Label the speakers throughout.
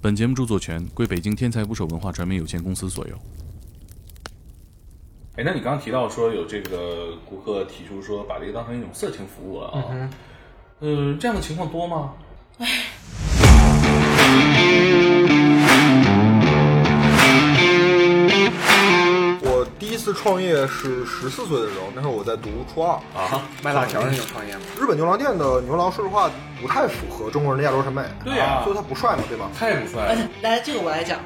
Speaker 1: 本节目著作权归北京天才捕手文化传媒有限公司所有。哎，那你刚刚提到说有这个顾客提出说把这个当成一种色情服务了啊？嗯、呃，这样的情况多吗？
Speaker 2: 我第一次创业是十四岁的时候，那时候我在读初二。
Speaker 1: 啊，
Speaker 3: 卖辣条那种创业吗？
Speaker 2: 日本牛郎店的牛郎，说实话不太符合中国人的亚洲审美。啊
Speaker 1: 对呀
Speaker 2: 所以他不帅嘛，对吧？
Speaker 1: 太不帅
Speaker 4: 而
Speaker 1: 了！
Speaker 4: 且 来这个我来讲，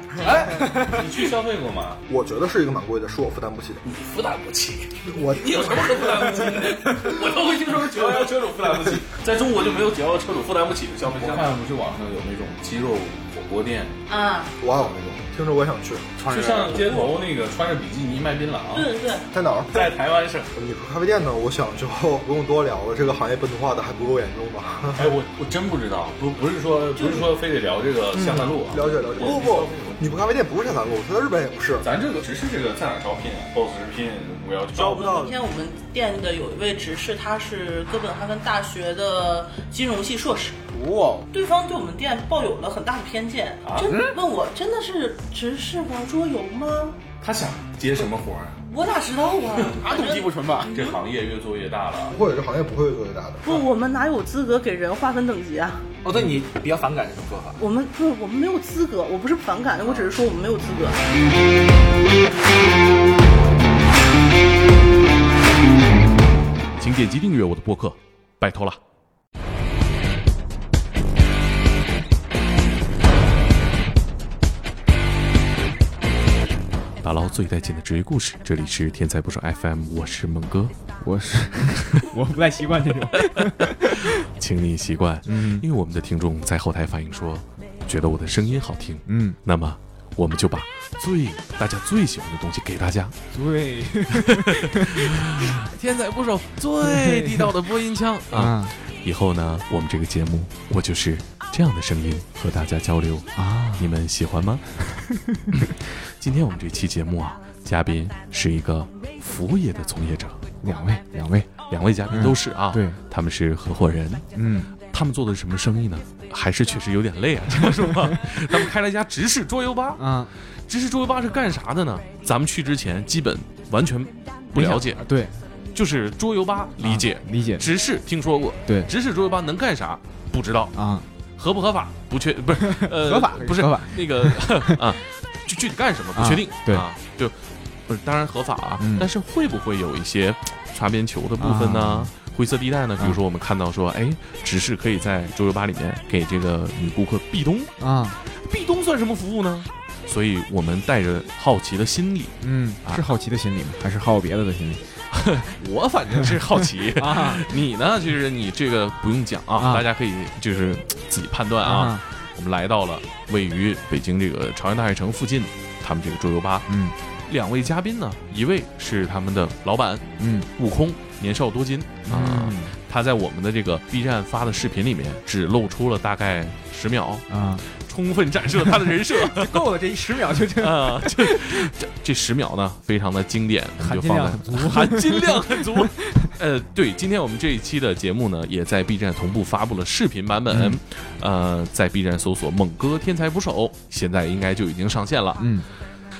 Speaker 1: 你去消费过吗？
Speaker 2: 我觉得是一个蛮贵的，是我负担不起的。
Speaker 1: 负担不起，
Speaker 2: 我
Speaker 1: 你有什么可负担不起的？ 我头回听说九幺幺车主负担不起，在中国就没有九幺幺车主负担不起的消费。我看不是网上有那种鸡肉火锅店，
Speaker 4: 啊，
Speaker 2: 哇哦，那种听着我也想去，
Speaker 3: 创
Speaker 1: 就
Speaker 3: 业
Speaker 1: 像街头那个穿着比基尼卖槟榔，
Speaker 4: 对对，
Speaker 2: 在哪儿？
Speaker 1: 在台湾省。
Speaker 2: 你说咖啡店呢？我想就不用多聊了，这个行业本土化的还不够严重 吧？
Speaker 1: 哎，我我真不知道，不不是说不是说非得聊这个下三路
Speaker 3: 嗯
Speaker 1: 啊，
Speaker 2: 了解了解。不不不，女仆咖啡店不是下三路，它在日本也不是。
Speaker 1: 咱这个只是这个在哪招聘，BOSS 直聘，我要招不
Speaker 4: 今天我们店的有一位执事，他是哥本哈根大学的金融系硕士。
Speaker 3: 哇，
Speaker 4: 对方对我们店抱有了很大的偏见，真的问我真的是执事玩桌游吗？
Speaker 1: 他想接什么活儿啊？
Speaker 4: 我哪知道啊？
Speaker 3: 阿土鸡不纯吧？
Speaker 1: 这行业越做越大了，
Speaker 2: 不会，这行业不会做最大的。
Speaker 4: 不，我们哪有资格给人划分等级啊？
Speaker 3: 哦，对你比较反感这种做法。
Speaker 4: 我们不，我们没有资格。我不是反感，我只是说我们没有资格。
Speaker 1: 请点击订阅我的播客，拜托了。打捞最带劲的职业故事，这里是天才不少 FM，我是猛哥，
Speaker 5: 我 是我不太习惯这种。
Speaker 1: 请你习惯，嗯，因为我们的听众在后台反映说，觉得我的声音好听，
Speaker 5: 嗯，
Speaker 1: 那么我们就把最大家最喜欢的东西给大家。
Speaker 5: 对
Speaker 1: 天才捕手最地道的播音腔 啊！
Speaker 5: 啊
Speaker 1: 以后呢，我们这个节目我就是这样的声音和大家交流，
Speaker 5: 啊，
Speaker 1: 你们喜 欢吗？今天我们这期节目啊，嘉宾是一个服务业的从业者，
Speaker 5: 两位两位，
Speaker 1: 两位嘉宾都是啊，
Speaker 5: 对，
Speaker 1: 他们是合伙人，
Speaker 5: 嗯，
Speaker 1: 他们做的是什么生意呢？还是确实有点累啊，这 样说吧，他们开了一家直视桌游吧，
Speaker 5: 啊，
Speaker 1: 直视桌游吧是干啥的呢？咱们去之前基本完全不了解，
Speaker 5: 啊对，
Speaker 1: 就是桌游吧理解。
Speaker 3: 嗯
Speaker 5: 啊理解，
Speaker 1: 只是听说过，
Speaker 5: 对
Speaker 1: 只是桌游吧能干啥？不知道，
Speaker 5: 啊，
Speaker 1: 合不合法？不确，不是，呃，
Speaker 5: 合法
Speaker 1: 不是
Speaker 5: 合法
Speaker 1: 那 个啊，具具体干什么不确定，
Speaker 5: 对
Speaker 1: 啊，就不是，当然合法啊，
Speaker 5: 嗯
Speaker 1: 但是会不会有一些擦边球的部分呢？
Speaker 5: 啊
Speaker 1: 灰色地带呢？比如说我们看到说，哎，只是可以在桌游吧里面给这个女顾客壁咚，
Speaker 5: 啊，
Speaker 1: 壁咚算什么服务呢？所以我们带着好奇的心理，
Speaker 5: 嗯，
Speaker 1: 啊
Speaker 5: 是好奇的心理吗？还是好别的的心理，
Speaker 1: 我反正是好奇
Speaker 5: 啊
Speaker 1: 你呢？就是你这个不用讲啊，
Speaker 5: 啊
Speaker 1: 大家可以就是自己判断啊。？我们来到了位于北京这个朝阳大悦城附近，他们这个桌游吧。
Speaker 5: 嗯
Speaker 1: 两位嘉宾呢，一位是他们的老板
Speaker 5: 嗯
Speaker 1: 悟空，年少多金啊。
Speaker 5: 嗯
Speaker 1: 他在我们的这个 B 站发的视频里面，只露出了大概十秒，
Speaker 5: 啊，
Speaker 1: 充分展示了他的人设
Speaker 5: 够了，这一十秒就这样，
Speaker 1: 啊。这这这十秒呢，非常的经典，我们
Speaker 5: 含
Speaker 1: 就
Speaker 5: 金
Speaker 1: 放
Speaker 5: 量
Speaker 1: 在
Speaker 5: 很足。
Speaker 1: 含金量很足。 呃，对，今天我们这一期的节目呢，也在 B 站同步发布了视频版本。
Speaker 5: 嗯
Speaker 1: 呃，在 B 站搜索“猛哥天才捕手”，现在应该就已经上线了。
Speaker 5: 嗯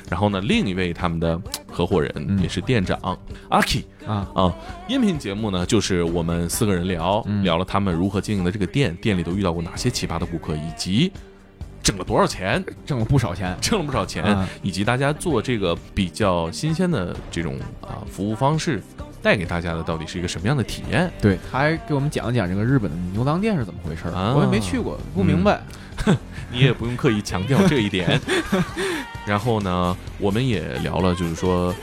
Speaker 1: 然后呢，另一位他们的合伙人、
Speaker 5: 嗯
Speaker 1: 也是店长阿 K
Speaker 5: 啊
Speaker 1: 啊，音频节目呢，就是我们四个人聊、
Speaker 5: 嗯
Speaker 1: 聊了他们如何经营的这个店，店里都遇到过哪些奇葩的顾客，以及挣了多少钱，
Speaker 5: 挣了不少钱
Speaker 1: 挣了不少钱，
Speaker 5: 啊
Speaker 1: 以及大家做这个比较新鲜的这种啊服务方式，带给大家的到底是一个什么样的体验？
Speaker 5: 对，他还给我们讲了讲这个日本的牛郎店是怎么回事儿
Speaker 1: 啊
Speaker 5: 我也没去过，不明白。
Speaker 1: 你也不用刻意强调这一点。然后呢，我们也聊了，就是说，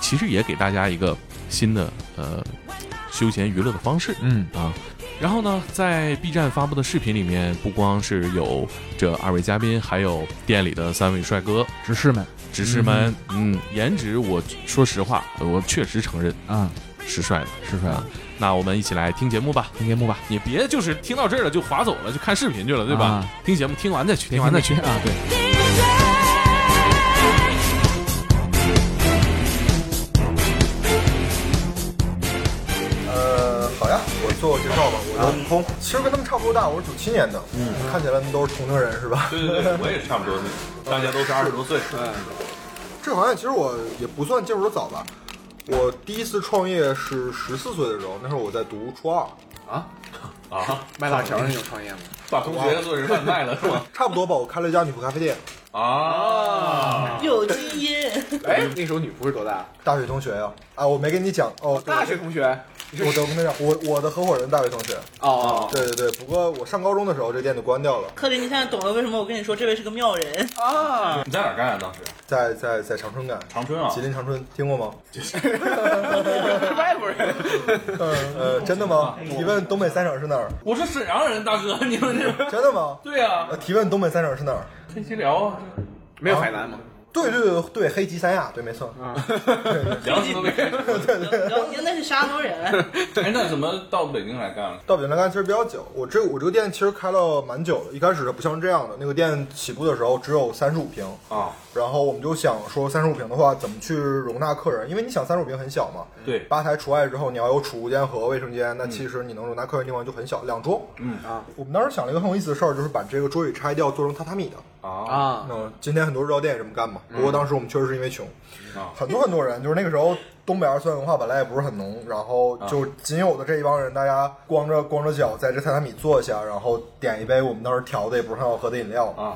Speaker 1: 其实也给大家一个新的呃休闲娱乐的方式。
Speaker 5: 嗯
Speaker 1: 啊。然后呢，在 B 站发布的视频里面，不光是有这二位嘉宾，还有店里的三位帅哥
Speaker 5: 执事们
Speaker 1: 执事们。嗯，颜值我说实话，我确实承认
Speaker 5: 啊，
Speaker 1: 是帅的。
Speaker 5: 是帅
Speaker 1: 啊
Speaker 5: 了，
Speaker 1: 那我们一起来听节目吧，
Speaker 5: 听节目吧，
Speaker 1: 你别就是听到这儿了就划走了，就看视频去了，对吧？
Speaker 5: 啊
Speaker 1: 听节目听完再去，听完再
Speaker 5: 再
Speaker 1: 去。
Speaker 5: 啊，对。
Speaker 2: 呃，好呀，我做介绍吧。我我悟空，其实跟他们差不多大，我是九七年的，嗯，看起来他们都是同龄人是吧？哎
Speaker 6: 对对对，我也差不多，大家都是二十 多岁。
Speaker 2: 这个行业其实我也不算接触的早吧，我第一次创业是十四岁的时候，那时候我在读初二，
Speaker 3: 啊，
Speaker 6: 啊，
Speaker 3: 卖辣条那种创业吗？
Speaker 6: 把同学做人贩卖了是吗？
Speaker 2: 差不多吧，我开了一家女仆咖啡店，
Speaker 6: 啊，
Speaker 4: 有基因，
Speaker 3: 哎，那时候女仆是多大？
Speaker 2: 大学同学呀、啊，我没跟你讲哦，对
Speaker 3: 大学同学。你是
Speaker 2: 我的我跟他讲，我我的合伙人大学同学，
Speaker 3: 哦
Speaker 2: 对对对，不过我上高中的时候这店就关掉了，
Speaker 4: 克林，你现在懂了为什么我跟你说这位是个妙人？
Speaker 3: 啊，
Speaker 6: 你在哪儿干啊？当时
Speaker 2: 在在在长春干，
Speaker 6: 长春啊
Speaker 2: 吉林长春听过 吗？
Speaker 3: 是外国人。
Speaker 2: 呃，真的吗？提问东北三省是哪儿？
Speaker 6: 我是沈阳人，大哥，你们
Speaker 3: 嗯
Speaker 6: 这
Speaker 2: 真的吗？
Speaker 6: 对啊
Speaker 2: 呃，，提问东北三省是哪儿？
Speaker 6: 黑吉辽啊，
Speaker 3: 没有海南吗？
Speaker 2: 对对对对，黑吉三亚，对，没错。
Speaker 3: 嗯
Speaker 6: 辽宁都没开除。
Speaker 4: 辽宁那是山东人，
Speaker 6: 哎，那怎么到北京来干
Speaker 1: 啊
Speaker 6: 了？
Speaker 2: 到北京来干其实比较久，我这我这个店其实开了蛮久了，一开始是不像这样的，那个店起步的时候只有三十五平，
Speaker 6: 啊，
Speaker 2: 然后我们就想说三十五平的话怎么去容纳客人，因为你想三十五平很小嘛，
Speaker 3: 嗯
Speaker 6: 对
Speaker 2: 吧台除外之后你要有储物间和卫生间，那其实你能容纳客人的地方就很小，两桌。
Speaker 6: 嗯
Speaker 3: 啊
Speaker 2: 我们当时想了一个很有意思的事儿，就是把这个桌椅拆掉做成榻榻米的。
Speaker 6: 啊嗯
Speaker 3: 啊，
Speaker 2: 嗯，今天很多日料店也这么干嘛，不过当时我们确实是因为穷，
Speaker 6: 啊
Speaker 2: 很多很多人就是那个时候东北二次元文化本来也不是很浓，然后
Speaker 6: 啊
Speaker 2: 就仅有的这一帮人，大家光着光着脚在这榻榻米坐下，然后点一杯我们当时调的也不是很好喝的饮料，
Speaker 6: 啊！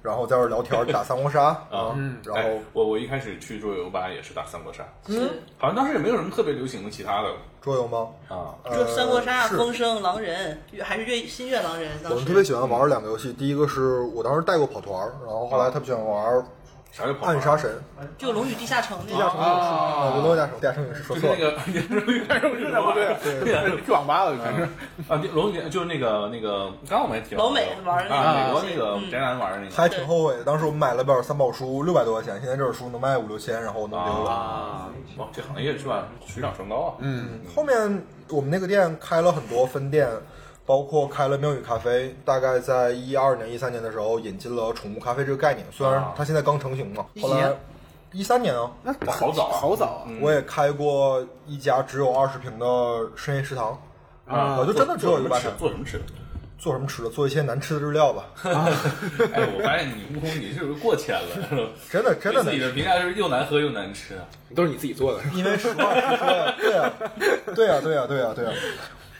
Speaker 2: 然后在这儿聊天打三国杀啊，然后
Speaker 6: 哎我我一开始去桌游吧也是打三国杀，
Speaker 4: 是
Speaker 6: 好像当时也没有什么特别流行的其他的
Speaker 2: 桌游吗？
Speaker 6: 啊。
Speaker 4: 就三国杀、
Speaker 2: 呃是
Speaker 4: 风声、狼人，还是越新越狼人。
Speaker 2: 我
Speaker 4: 当
Speaker 2: 们特别
Speaker 4: 时
Speaker 2: 喜欢玩两个游戏，第一个是我当时带过跑团儿，然后后
Speaker 6: 啊
Speaker 2: 来特别喜欢玩
Speaker 6: 啥叫跑团
Speaker 2: 暗杀神，
Speaker 6: 啊
Speaker 4: 就《龙与地下城》那
Speaker 2: 地下城
Speaker 4: 个，
Speaker 2: 影视，啊，我龙与地下城，地下城影视说
Speaker 6: 就是
Speaker 2: 错
Speaker 6: 那
Speaker 2: 了，
Speaker 6: 个， 你是绿开肉是吧？ 对
Speaker 2: 对
Speaker 3: 去网吧了，反正
Speaker 6: 啊，龙姐就是那个那个，刚刚我们也提到
Speaker 4: 老美玩儿那个
Speaker 6: 啊，美国
Speaker 4: 东
Speaker 6: 那
Speaker 4: 西
Speaker 6: 个
Speaker 4: 嗯
Speaker 6: 宅男玩儿那个
Speaker 2: 还挺后悔的。当时我们买了本三宝书，六百多块钱，现在这本书能卖五六千，然后我能留了。
Speaker 6: 啊，哇，这行业是吧？水涨船高啊。嗯，
Speaker 2: 后面我们那个店开了很多分店，包括开了妙语咖啡，大概在一二年、一三年的时候引进了宠物咖啡这个概念，虽然
Speaker 6: 啊
Speaker 2: 它现在刚成型嘛。后
Speaker 3: 一
Speaker 2: 来
Speaker 3: 年
Speaker 2: 一三年啊，
Speaker 3: 那
Speaker 6: 哇好早啊
Speaker 3: 好早
Speaker 6: 嗯
Speaker 2: 我也开过一家只有二十平的深夜食堂，
Speaker 3: 啊
Speaker 2: 我就真的只有
Speaker 6: 做
Speaker 2: 一
Speaker 6: 什
Speaker 2: 个
Speaker 6: 么
Speaker 2: 晚
Speaker 6: 吃
Speaker 2: 上
Speaker 6: 的？。做什 么吃的？
Speaker 2: 做什么吃的？做一些难吃的日料吧。
Speaker 6: 哎，我发现你悟空，你是不是过谦了？ 是吧
Speaker 2: 真的真的
Speaker 6: 对
Speaker 2: 难
Speaker 6: 自己的
Speaker 2: 吃，
Speaker 6: 评价就是又难喝又难吃啊。
Speaker 3: 都是你自己做的，是吧？
Speaker 2: 因为实话实说，对呀、对呀、对呀、对呀、对呀、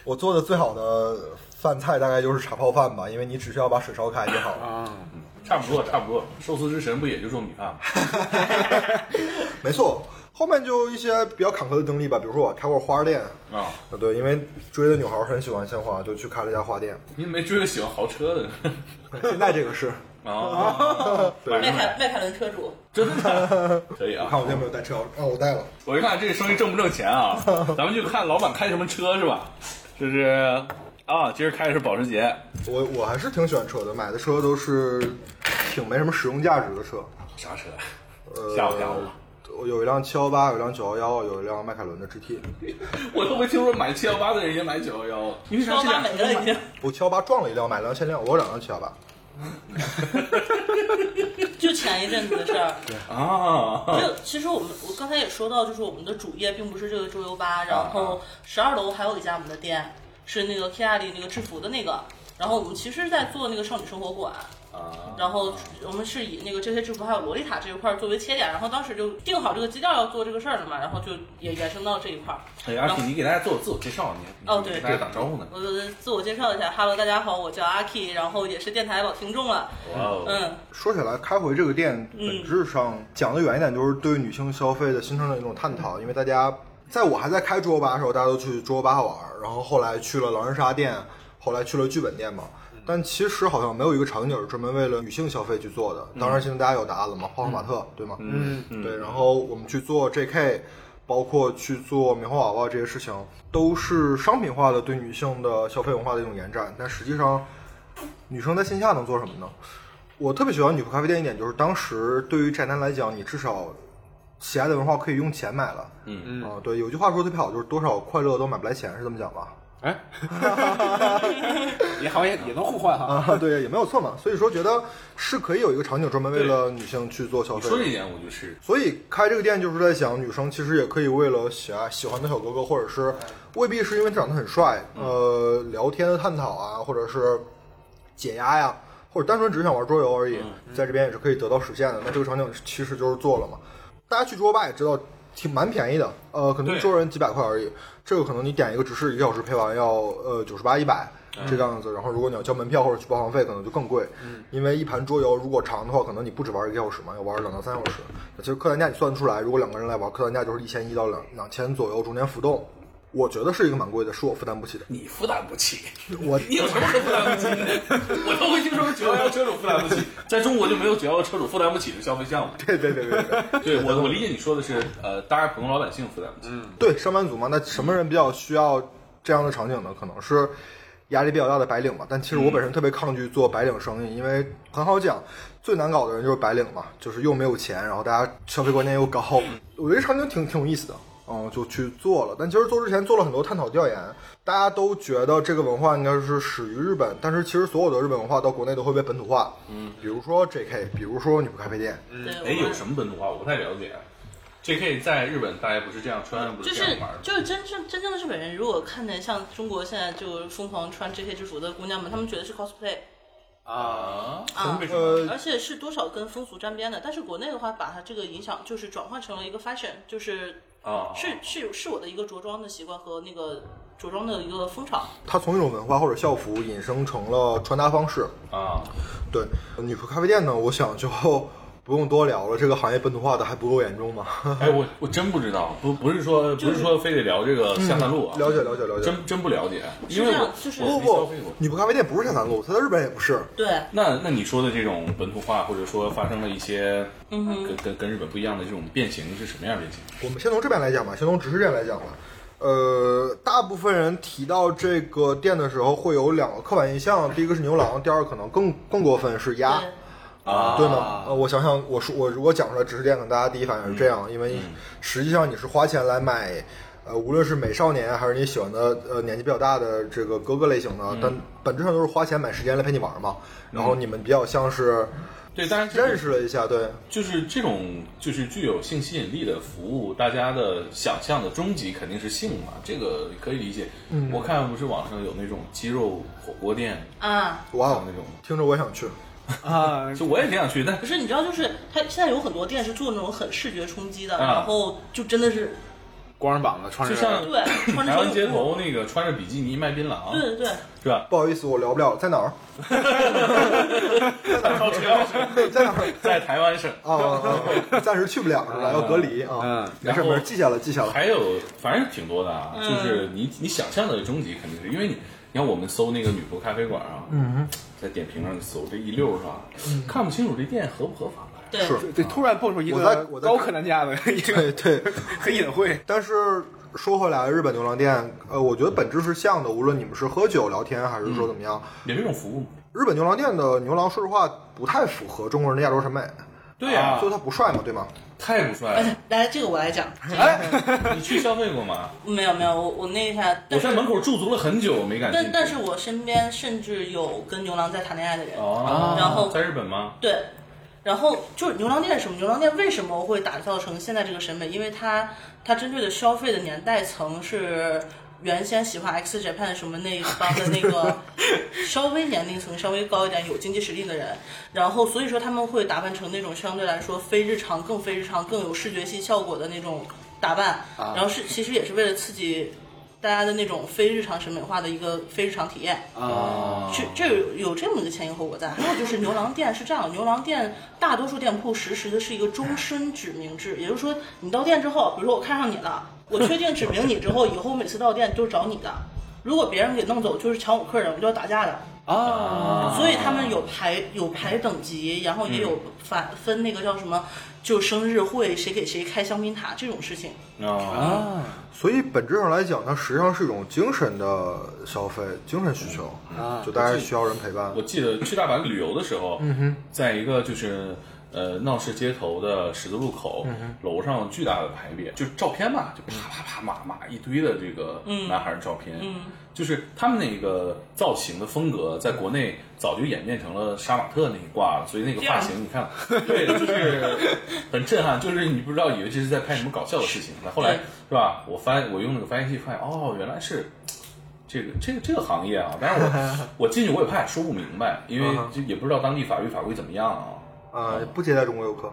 Speaker 2: 我做的最好的饭菜大概就是茶泡饭吧，因为你只需要把水烧开就好了。
Speaker 3: 啊，
Speaker 6: 差不多，差不多。寿司之神不也就做米饭吗？
Speaker 2: 没错，后面就一些比较坎坷的经历吧，比如说我开过花店，
Speaker 6: 啊，
Speaker 2: 啊对，因为追的女孩很喜欢鲜花，就去开了一家花店。
Speaker 6: 你没追着喜欢豪车的呢
Speaker 2: 现在这个是，
Speaker 6: 啊？
Speaker 2: 对
Speaker 4: 迈凯迈凯伦车主，
Speaker 6: 真的可以
Speaker 2: 你
Speaker 6: 啊。
Speaker 2: 看我今天没有带车钥匙，啊，我带了。
Speaker 6: 我就看这生意挣不挣钱啊？咱们就看老板开什么车是吧？就是啊，今儿开的是保时捷，
Speaker 2: 我我还是挺喜欢车的，买的车都是挺没什么使用价值的车。
Speaker 6: 啥车？
Speaker 2: 呃，
Speaker 6: 吓我吓我！
Speaker 2: 我有一辆七幺八，有一辆九幺幺，有一辆迈凯伦的 GT。
Speaker 6: 我都没听说买七幺八的人也买九幺幺，因为啥
Speaker 4: 高
Speaker 6: 这
Speaker 4: 八
Speaker 6: 两
Speaker 4: 没了已经。
Speaker 2: 我七幺八撞了一辆，买了辆限量，我有两辆七幺八。
Speaker 4: 就前一阵子的事 儿。
Speaker 6: 啊
Speaker 4: 就其实我们我刚才也说到，就是我们的主业并不是这个桌游
Speaker 2: 啊
Speaker 4: 吧，然后十二楼还有一家我们的店是那个 K R 里那个制服的那个。然后我们其实，在做那个少女生活馆，
Speaker 6: 啊！
Speaker 4: 然后我们是以那个这些制服还有洛丽塔这一块儿作为切点，然后当时就定好这个基调要做这个事儿了嘛，然后就也延伸到这一块儿。
Speaker 6: 哎，阿 K，你给大家做自我介绍，你
Speaker 4: 哦对
Speaker 6: 你给大家打招呼呢。
Speaker 4: 我就自我介绍一下哈喽，大家好，我叫阿 K，然后也是电台老听众了，
Speaker 6: 哇哦，
Speaker 4: 嗯，
Speaker 2: 说起来，开回这个店本质上讲的远一点，就是对女性消费的新生的一种探讨。因为大家在我还在开桌游吧的时候，大家都去桌游吧玩儿，然后后来去了狼人杀店，后来去了剧本店嘛。但其实好像没有一个场景是专门为了女性消费去做的。当然，现在大家有答案了嘛，泡泡玛特，对吗？嗯，对。然后我们去做 JK，包括去做棉花娃娃这些事情，都是商品化的对女性的消费文化的一种延展。但实际上，女生在线下能做什么呢？我特别喜欢女仆咖啡店一点就是，当时对于宅男来讲，你至少喜爱的文化可以用钱买了。
Speaker 6: 嗯
Speaker 2: 啊、对，有句话说得特别好，就是多少快乐都买不来钱，是这么讲吧？
Speaker 3: 哎，也好像也也能互换哈。
Speaker 2: 啊，对，也没有错嘛。所以说，觉得是可以有一个场景专门为
Speaker 6: 对
Speaker 2: 了女性去做消
Speaker 6: 你
Speaker 2: 费
Speaker 6: 说这一
Speaker 2: 的。
Speaker 6: 点我就是
Speaker 2: 所以开这个店就是在想，女生其实也可以为了喜爱喜欢的小哥哥，或者是未必是因为他长得很帅，呃，聊天的探讨啊，或者是解压呀，或者单纯只想玩桌游而已，在这边也是可以得到实现的。那这个场景其实就是做了嘛。大家去桌游吧也知道，挺蛮便宜的，呃，可能
Speaker 6: 对
Speaker 2: 一桌人几百块而已。这个可能你点一个只是一个小时陪玩要呃九十八一百这个样子，然后如果你要交门票或者去包房费，可能就更贵。因为一盘桌游如果长的话，可能你不止玩一个小时嘛，要玩两到三小时。其实客单价你算得出来，如果两个人来玩，客单价就是一千一到两两千左右，中间浮动。我觉得是一个蛮贵的，是我负担不起的。
Speaker 6: 你负担不起，
Speaker 2: 我
Speaker 6: 你有什么可负担不起的？ 我头回听说九幺幺车主负担不起， 在中国就没有九幺幺车主负担不起的消费项目。
Speaker 2: 对对对对对。
Speaker 6: 对我我理解你说的是，呃，当然普通老百姓负担不起。
Speaker 3: 嗯
Speaker 2: 对，上班族嘛，那什么人比较需要这样的场景呢？可能是压力比较大的白领嘛。但其实我本身特别抗拒做白领生意，因为很好讲，最难搞的人就是白领嘛，就是又没有钱，然后大家消费观念又高。我觉得这场景挺挺有意思的。嗯，就去做了，但其实做之前做了很多探讨调研，大家都觉得这个文化应该是始于日本，但是其实所有的日本文化到国内都会被本土化，嗯，比如说 J.K.，比如说女仆咖啡店，
Speaker 4: 对，我
Speaker 6: 哎，
Speaker 4: 们
Speaker 6: 有什么本土化？我不太了解。J.K. 在日本大家不是这样穿，不
Speaker 4: 就是
Speaker 6: 这
Speaker 4: 是
Speaker 6: 样玩。
Speaker 4: 就是真正真正的日本人，如果看见像中国现在就疯狂穿 JK 制服的姑娘们，她们觉得是 cosplay
Speaker 6: 啊
Speaker 4: 啊
Speaker 6: 为，什么？
Speaker 2: 呃，
Speaker 4: 而且是多少跟风俗沾边的。但是国内的话，把它这个影响就是转换成了一个 fashion，就是
Speaker 6: 啊，
Speaker 4: 是是有是我的一个着装的习惯和那个着装的一个风潮。
Speaker 2: 它从一种文化或者校服引申成了穿搭方式，
Speaker 6: 啊，
Speaker 2: 对，女仆咖啡店呢，我想就不用多聊了，这个行业本土化的还不够严重吗？
Speaker 6: 哎，我我真不知道，不不是说不是说非得聊这个下三路啊，
Speaker 2: 了解了解了解。
Speaker 6: 真真不了解，
Speaker 4: 嗯是
Speaker 6: 因为
Speaker 4: 这样
Speaker 6: 我
Speaker 4: 就是
Speaker 6: 我
Speaker 2: 不
Speaker 6: 没消
Speaker 2: 不
Speaker 6: 费过，。
Speaker 2: 女仆咖啡店不是下三路，它在日本也不是。
Speaker 4: 对，
Speaker 6: 那那你说的这种本土化，或者说发生了一些
Speaker 4: 嗯
Speaker 6: 跟跟跟日本不一样的这种变形，是什么样的变形？
Speaker 2: 我们先从这边来讲吧，先从直视店来讲吧。呃，大部分人提到这个店的时候，会有两个刻板印象，第一个是牛郎，第二个可能更更过分是鸭。
Speaker 4: 对
Speaker 6: 啊
Speaker 2: 对吗？呃，我想想，我说我如果讲出来直视店，可能大家第一反应是这
Speaker 6: 嗯
Speaker 2: 样，因为实际上你是花钱来买，呃，无论是美少年还是你喜欢的呃年纪比较大的这个哥哥类型的，
Speaker 6: 嗯
Speaker 2: 但本质上都是花钱买时间来陪你玩嘛。然后你们比较像是
Speaker 6: 对，当然这个
Speaker 2: 认识了一下，对，
Speaker 6: 就是这种就是具有性吸引力的服务，大家的想象的终极肯定是性嘛，这个可以理解。我看不是网上有那种鸡肉火锅店，
Speaker 4: 啊，
Speaker 2: 哇
Speaker 6: 像
Speaker 2: 哦
Speaker 6: 那种，
Speaker 2: 听着我也想去，
Speaker 3: 啊，
Speaker 6: 就我也挺想去，但
Speaker 4: 不是你知道，就是它现在有很多店是做那种很视觉冲击的，
Speaker 6: 啊
Speaker 4: 然后就真的是
Speaker 3: 光着膀子穿着，
Speaker 6: 就像
Speaker 4: 对穿着
Speaker 6: 台湾街
Speaker 4: 小泳裤
Speaker 6: 头那个穿着比基尼卖槟榔，
Speaker 4: 对嗯对对，
Speaker 6: 是吧？
Speaker 2: 不好意思，我聊不了了，在哪儿？
Speaker 6: 超车钥 匙
Speaker 2: 在哪儿？
Speaker 6: 在台湾省。
Speaker 2: 啊啊，啊暂时去不了是吧？要隔离啊
Speaker 3: 嗯，
Speaker 2: 没事
Speaker 6: 然后
Speaker 2: 没事，记下了记下了。
Speaker 6: 还有，反正挺多的啊，
Speaker 4: 嗯
Speaker 6: 就是你你想象的终极肯定是因为你，你看我们搜那个女仆咖啡馆啊，
Speaker 2: 嗯，
Speaker 6: 在点评上搜这一溜是吧，看不清楚这店合不合法来。
Speaker 4: 对
Speaker 2: 是
Speaker 3: 对，突然蹦出一
Speaker 2: 我在
Speaker 3: 个
Speaker 2: 我在
Speaker 3: 高客单价的一
Speaker 2: 对
Speaker 3: 个，
Speaker 2: 对。
Speaker 3: 很隐晦。
Speaker 2: 但是说回来，日本牛郎店，呃，我觉得本质是像的，无论你们是喝酒聊天，还是说怎么样，
Speaker 6: 有这种服务吗？
Speaker 2: 日本牛郎店的牛郎，说实话不太符合中国人的亚洲审美，啊
Speaker 6: 对呀、
Speaker 2: 所以他不帅嘛，对吗？
Speaker 6: 太不帅
Speaker 4: 而
Speaker 6: 了
Speaker 4: 且。来这个我来讲，
Speaker 6: 哎，你去消费过吗？
Speaker 4: 没有没有，我我那一下，
Speaker 6: 我
Speaker 4: 但是
Speaker 6: 在门口驻足了很久，没敢进去。
Speaker 4: 但但是我身边甚至有跟牛郎在谈恋爱的人，
Speaker 6: 哦，
Speaker 4: 然后
Speaker 6: 在日本吗？
Speaker 4: 对，然后就是牛郎店是什么？牛郎店为什么会打造成现在这个审美？因为它它针对的消费的年代层是原先喜欢 X Japan 什么那一帮的那个稍微年龄层稍微高一点、有经济实力的人，然后所以说他们会打扮成那种相对来说非日常、更非日常、更有视觉系效果的那种打扮，然后是其实也是为了刺激。大家的那种非日常审美化的一个非日常体验，
Speaker 3: 啊，
Speaker 4: 这这有有这么一个前因后果在。还有就是牛郎店是这样，牛郎店大多数店铺实施的是一个终身指名制，也就是说，你到店之后，比如说我看上你了，我确定指名你之后，以后每次到店都是找你的。如果别人给弄走，就是抢我客人，我就要打架的。
Speaker 3: 啊，
Speaker 4: 所以他们有排有排等级，然后
Speaker 6: 嗯
Speaker 4: 也有反分那个叫什么，就生日会谁给谁开香槟塔这种事情。
Speaker 6: 啊，
Speaker 3: 啊
Speaker 2: 所以本质上来讲，它实际上是一种精神的消费，精神需求，
Speaker 3: 啊
Speaker 6: 嗯
Speaker 2: 就大家需要人陪伴
Speaker 6: 我。记得去大阪旅游的时候，在一个就是呃闹市街头的十字路口、楼上有巨大的牌匾，就照片嘛，就啪啪啪码码一堆的这个男孩儿照片，就是他们那个造型的风格，在国内早就演变成了杀马特那一挂了，所以那个发型你看，对，就是很震撼，就是你不知道以为这是在拍什么搞笑的事情，后来
Speaker 4: 对
Speaker 6: 是吧？我翻我用那个翻译器发现，哦，原来是这个这个这个行业啊，但是 我我进去我也怕说不明白，因为
Speaker 4: 嗯
Speaker 6: 就也不知道当地法律法规怎么样啊。
Speaker 2: 啊，不接待中国游客。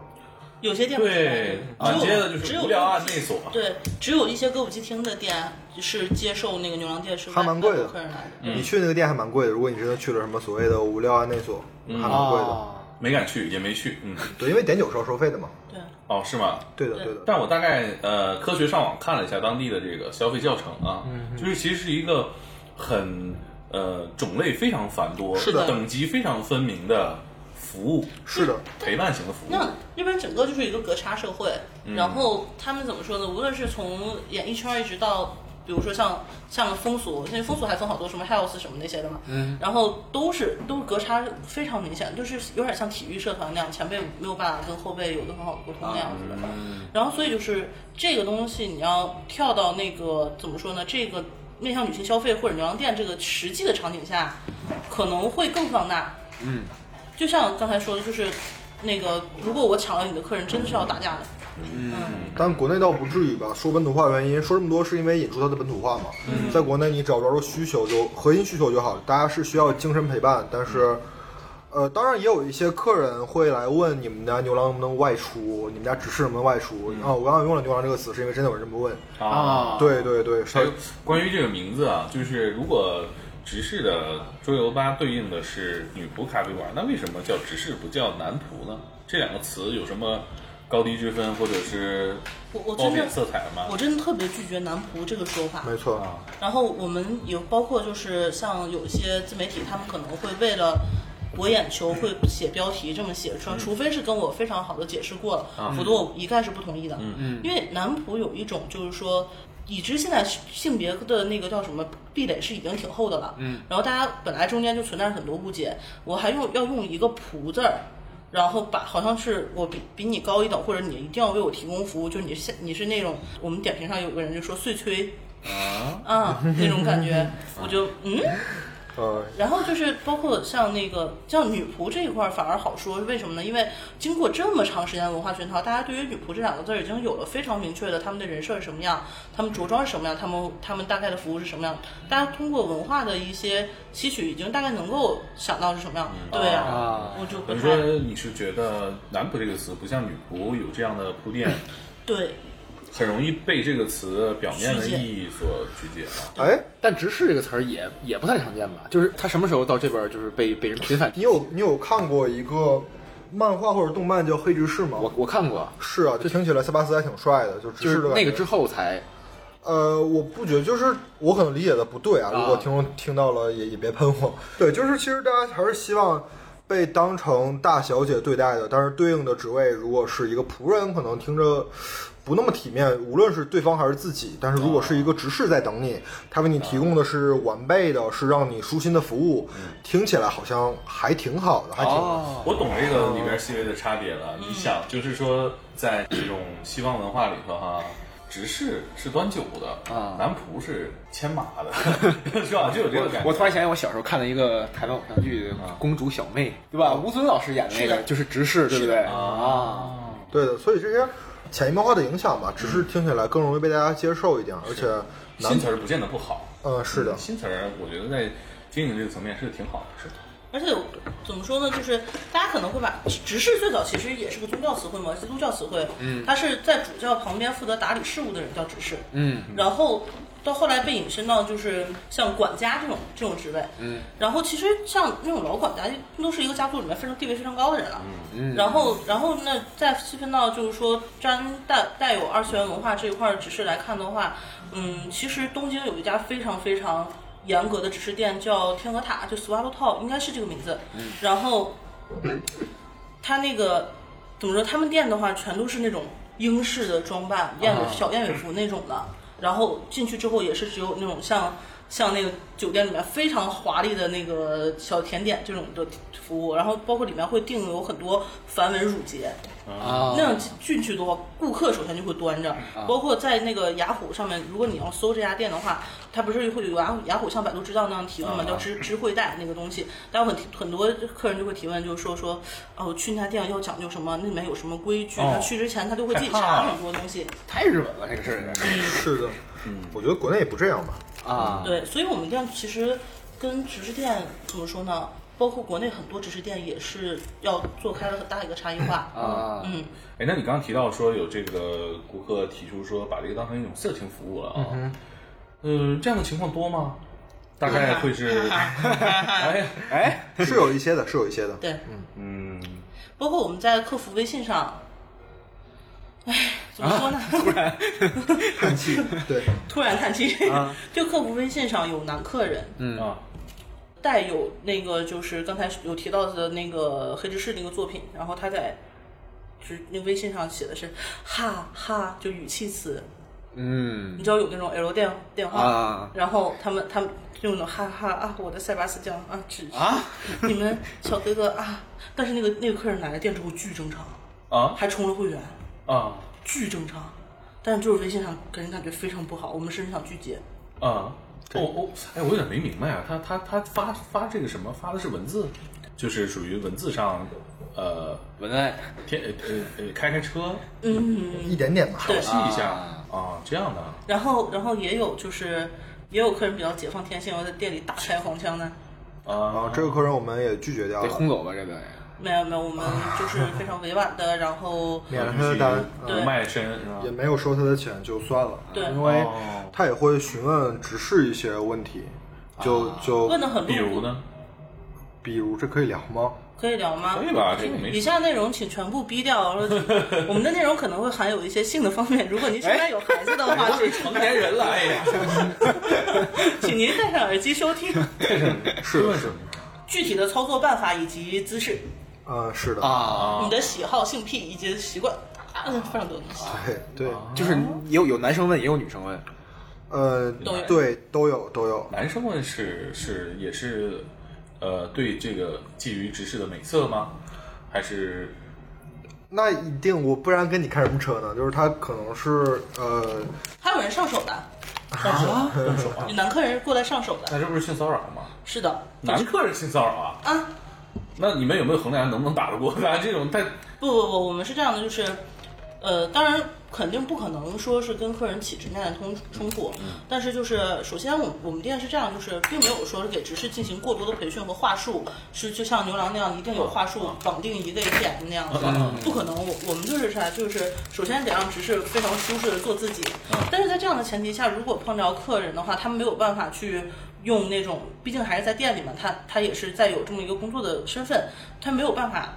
Speaker 4: 有些店不
Speaker 6: 对，
Speaker 4: 只
Speaker 6: 啊，
Speaker 4: 有
Speaker 6: 接着就
Speaker 4: 只
Speaker 6: 是
Speaker 4: 有
Speaker 6: 无聊啊案内所，
Speaker 4: 对，只有一些歌舞伎厅的店是接受那个牛郎店是
Speaker 2: 还蛮贵的
Speaker 4: 外国客人来的。
Speaker 6: 嗯
Speaker 2: 你去那个店还蛮贵的，如果你真的去了什么所谓的无料案内所，
Speaker 6: 嗯
Speaker 2: 还蛮贵的。
Speaker 3: 啊，
Speaker 6: 没敢去，也没去。嗯，
Speaker 2: 对，因为点酒是要收费的嘛。
Speaker 4: 对，
Speaker 6: 哦，是吗？
Speaker 2: 对的，对的。
Speaker 6: 但我大概呃科学上网看了一下当地的这个消费教程啊，
Speaker 4: 嗯
Speaker 6: 就是其实是一个很呃种类非常繁多，
Speaker 4: 是的
Speaker 6: 等级非常分明的服务，
Speaker 2: 是的，
Speaker 6: 陪伴型的服务。嗯
Speaker 4: 那日本整个就是一个格差社会，然后他们怎么说呢？无论是从演艺圈一直到，比如说像像风俗，因为风俗还分好多什么 house 什么那些的嘛，嗯，然后都是都是格差非常明显，就是有点像体育社团那样，前辈没有办法跟后辈有个很好的沟通那样子的。
Speaker 6: 嗯
Speaker 4: 然后所以就是这个东西，你要跳到那个怎么说呢？这个面向女性消费或者牛郎店这个实际的场景下，可能会更放大。就像刚才说的，就是那个，如果我抢了你的客人，真的是要打架的。
Speaker 2: 但国内倒不至于吧。说本土化原因，说这么多是因为引出它的本土化嘛。在国内，你找不着需求就核心需求就好了，大家是需要精神陪伴，但是。呃，当然也有一些客人会来问你们家牛郎能不能外出，你们家指示能不能外出、啊？我刚刚用了“牛郎”这个词，是因为真的有人这么问。
Speaker 6: 啊，
Speaker 2: 对对对，
Speaker 6: 还
Speaker 2: 是
Speaker 6: 有关于这个名字啊，就是如果直视的桌游吧对应的是女仆咖啡馆，那为什么叫直视不叫男仆呢？这两个词有什么高低之分，或者是
Speaker 4: 我我
Speaker 6: 褒
Speaker 4: 真的
Speaker 6: 贬色彩吗？
Speaker 4: 我真的特别拒绝男仆这个说法。
Speaker 2: 没错。
Speaker 4: 然后我们有包括就是像有一些自媒体，他们可能会为了博眼球会写标题这么写出来，除非是跟我非常好的解释过了，否则我一概是不同意的。嗯，因为男仆有一种就是说。已知现在性别的那个叫什么壁垒是已经挺厚的了，嗯，然后大家本来中间就存在很多误解，我还用要用一个仆字儿，然后把好像是我比比你高一等，或者你一定要为我提供服务，就是你是你是那种我们点评上有个人就说碎催，啊，那种感觉，我就嗯。
Speaker 2: 呃，
Speaker 4: 然后就是包括像那个像女仆这一块儿反而好说，为什么呢？因为经过这么长时间的文化熏陶，大家对于女仆这两个字儿已经有了非常明确的他们的人设是什么样，他们着装是什么样，他们他们大概的服务是什么样，大家通过文化的一些吸取，已经大概能够想到是什么样。对呀、
Speaker 3: 啊
Speaker 4: 我就不
Speaker 6: 等于
Speaker 4: 太
Speaker 6: 说你是觉得“男仆”这个词不像“女仆”有这样的铺垫，
Speaker 4: 对。
Speaker 6: 很容易被这个词表面的
Speaker 4: 曲解
Speaker 6: 意义所曲解啊。
Speaker 2: 哎，
Speaker 3: 但直视这个词儿也也不太常见吧？就是它什么时候到这边儿就是被被人频繁
Speaker 2: 你？有你有看过一个漫画或者动漫叫《黑执事》吗？
Speaker 3: 我我看过，
Speaker 2: 是啊，就听起来塞巴斯还挺帅的，就直
Speaker 3: 就
Speaker 2: 视
Speaker 3: 是
Speaker 2: 的感觉
Speaker 3: 那个之后才
Speaker 2: 呃，我不觉得，就是我可能理解的不对啊。
Speaker 3: 啊
Speaker 2: 如果听众听到了也也别喷我。对，就是其实大家还是希望被当成大小姐对待的，但是对应的职位如果是一个仆人，可能听着不那么体面，无论是对方还是自己。但是如果是一个执事在等你，他为你提供的是完备的，是让你舒心的服务，听起来好像还挺好的，还挺。
Speaker 3: 哦
Speaker 6: 我懂这个里边细微的差别了。你想，就是说，在这种西方文化里头哈、执事是端酒的，
Speaker 3: 啊
Speaker 6: 男仆是牵马 的，是吧？就有这个感觉。
Speaker 3: 我突然想起我小时候看了一个台湾偶像剧《公主小妹》，对吧？吴尊老师演的那
Speaker 4: 是
Speaker 3: 个
Speaker 4: 的
Speaker 3: 就是直视，对不对？啊，
Speaker 2: 对的，所以这些潜移默化的影响吧，只是听起来更容易被大家接受一点，而且
Speaker 6: 新词儿不见得不好，
Speaker 2: 呃，是的，
Speaker 6: 新词儿我觉得在经营这个层面是挺好的，是的。
Speaker 4: 而且怎么说呢，就是大家可能会把执事最早其实也是个宗教词汇嘛，基督教词汇，嗯，他是在主教旁边负责打理事务的人叫执事，
Speaker 3: 嗯，
Speaker 4: 然后到后来被引申到就是像管家这种这种职位，嗯，然后其实像那种老管家都是一个家族里面非常地位非常高的人了，嗯，然后然后那再细分到就是说沾带带有二次元文化这一块儿执事来看的话，嗯，其实东京有一家非常非常严格的指示店叫天鹅塔，就 Swallow Top，应该是这个名字。然后，他那个怎么说？他们店的话，全都是那种英式的装扮，燕尾、小燕尾服那种的。然后进去之后也是只有那种像像那个酒店里面非常华丽的那个小甜点这种的服务，然后包括里面会订有很多繁文缛节，
Speaker 6: 哦
Speaker 3: 啊
Speaker 4: 那样进去的话，顾客首先就会端着，
Speaker 6: 嗯啊
Speaker 4: 包括在那个雅虎上面，如果你要搜这家店的话，它不是会有雅虎雅虎像百度知道那样提问嘛，
Speaker 6: 啊
Speaker 4: 叫知知会带那个东西，但有很很多客人就会提问，就是说说哦，去那家店要讲究什么，那里面有什么规矩，
Speaker 6: 哦
Speaker 4: 他去之前他就会自己
Speaker 6: 害怕
Speaker 4: 查
Speaker 6: 了
Speaker 4: 很多东西，
Speaker 3: 太日本了，这个事儿有点
Speaker 2: 是的，我觉得国内也不这样吧。
Speaker 3: 啊，
Speaker 4: 对，所以我们店其实跟直食店怎么说呢？包括国内很多直食店也是要做开了很大一个差异化，
Speaker 3: 啊，
Speaker 4: 嗯，
Speaker 6: 哎，那你刚刚提到说有这个顾客提出说把这个当成一种色情服务了
Speaker 3: 嗯
Speaker 6: 啊，呃，这样的情况多吗？大概会是， 哎哎，
Speaker 2: 是有一些的，是有一些的。
Speaker 4: 对，
Speaker 6: 嗯，
Speaker 4: 包括我们在客服微信上，哎，怎么说呢？
Speaker 2: 啊叹 气，啊对，
Speaker 4: 突然叹气。 就客服微信上有男客人
Speaker 2: 嗯
Speaker 3: 嗯
Speaker 6: 啊，
Speaker 4: 带有那个就是刚才有提到的那个黑执事那个作品，然后他在就是那微信上写的是哈哈，就语气词，
Speaker 3: 嗯
Speaker 4: 你知道有那种 L 电电话。
Speaker 3: 啊
Speaker 4: 然后他们他们用的哈哈啊，我的塞巴斯酱啊，只
Speaker 3: 啊，
Speaker 4: 你们小哥哥啊，但是那个那个客人来了店之后巨正常，
Speaker 6: 啊
Speaker 4: 还充了会员，
Speaker 6: 啊
Speaker 4: 巨正常，但是就是微信上给人感觉非常不好，我们甚至想拒绝。
Speaker 6: 啊！哦哦，哎，我有点没明白啊，他他他发发这个什么？发的是文字，就是属于文字上，呃，
Speaker 3: 文案
Speaker 6: 天呃呃呃，开开车
Speaker 2: 一点点吧。
Speaker 4: 对
Speaker 6: 调戏一下
Speaker 3: 啊
Speaker 6: 啊，这样的
Speaker 4: 然后然后也有就是也有客人比较解放天性，要在店里大开黄腔的。
Speaker 2: 然后
Speaker 6: 啊，
Speaker 2: 这个客人我们也拒绝掉
Speaker 3: 得
Speaker 2: 了，
Speaker 3: 轰走吧，这个
Speaker 4: 没有没有，我们就是非常委婉的，然后
Speaker 2: 免了他的单，嗯
Speaker 4: 对
Speaker 6: 不卖身是吧
Speaker 2: 也？没有收他的钱，就算了。
Speaker 4: 对
Speaker 2: 因为
Speaker 6: 哦
Speaker 2: 他也会询问直视一些问题，就就
Speaker 4: 问的很
Speaker 6: 比
Speaker 4: 露
Speaker 6: 如
Speaker 4: 骨，
Speaker 6: 呢？
Speaker 2: 比如这可以聊吗？
Speaker 4: 可以聊吗
Speaker 6: 可？以吧，这个没
Speaker 4: 以
Speaker 6: 事。
Speaker 4: 下内容请全部逼掉。 然后就我们的内容可能会含有一些性的方面，如果
Speaker 6: 哎
Speaker 4: 您手上有孩子的 话，请
Speaker 6: 成年人了，哎呀，
Speaker 4: 请您戴上耳机收 听。
Speaker 2: 是的，是的，
Speaker 4: 具体的操作办法以及姿势，
Speaker 2: 嗯，是的，
Speaker 3: 啊，
Speaker 4: 你的喜好、性癖以及习惯，嗯，非常多东西。
Speaker 6: 啊
Speaker 2: 对对，
Speaker 3: 就是有有男生问，也有女生问，
Speaker 2: 呃
Speaker 4: 都有，
Speaker 2: 对，都有都有，
Speaker 6: 男生们是是也是，呃，对这个觊觎直视的美色吗？还是
Speaker 2: 那一定，我不然跟你开什么车呢？就是他可能是呃，
Speaker 4: 还有人上手的，
Speaker 6: 啊？
Speaker 4: 有男客人过来上手的，
Speaker 6: 那这不是性骚扰吗？
Speaker 4: 是的，
Speaker 6: 男客人性骚扰啊？
Speaker 4: 啊，
Speaker 6: 那你们有没有衡量能不能打得过 咱这种太
Speaker 4: 不不不，我们是这样的，就是，呃，当然肯定不可能说是跟客人起直面的冲冲突，但是就是首先我们我们店是这样，就是并没有说是给执事进行过多的培训和话术，是就像牛郎那样一定有话术绑定一个 APM 那样子，不可能。我我们就是啥，就是首先得让执事非常舒适的做自己，但是在这样的前提下，如果碰着客人的话，他们没有办法去。用那种，毕竟还是在店里嘛，他他也是在有这么一个工作的身份，他没有办法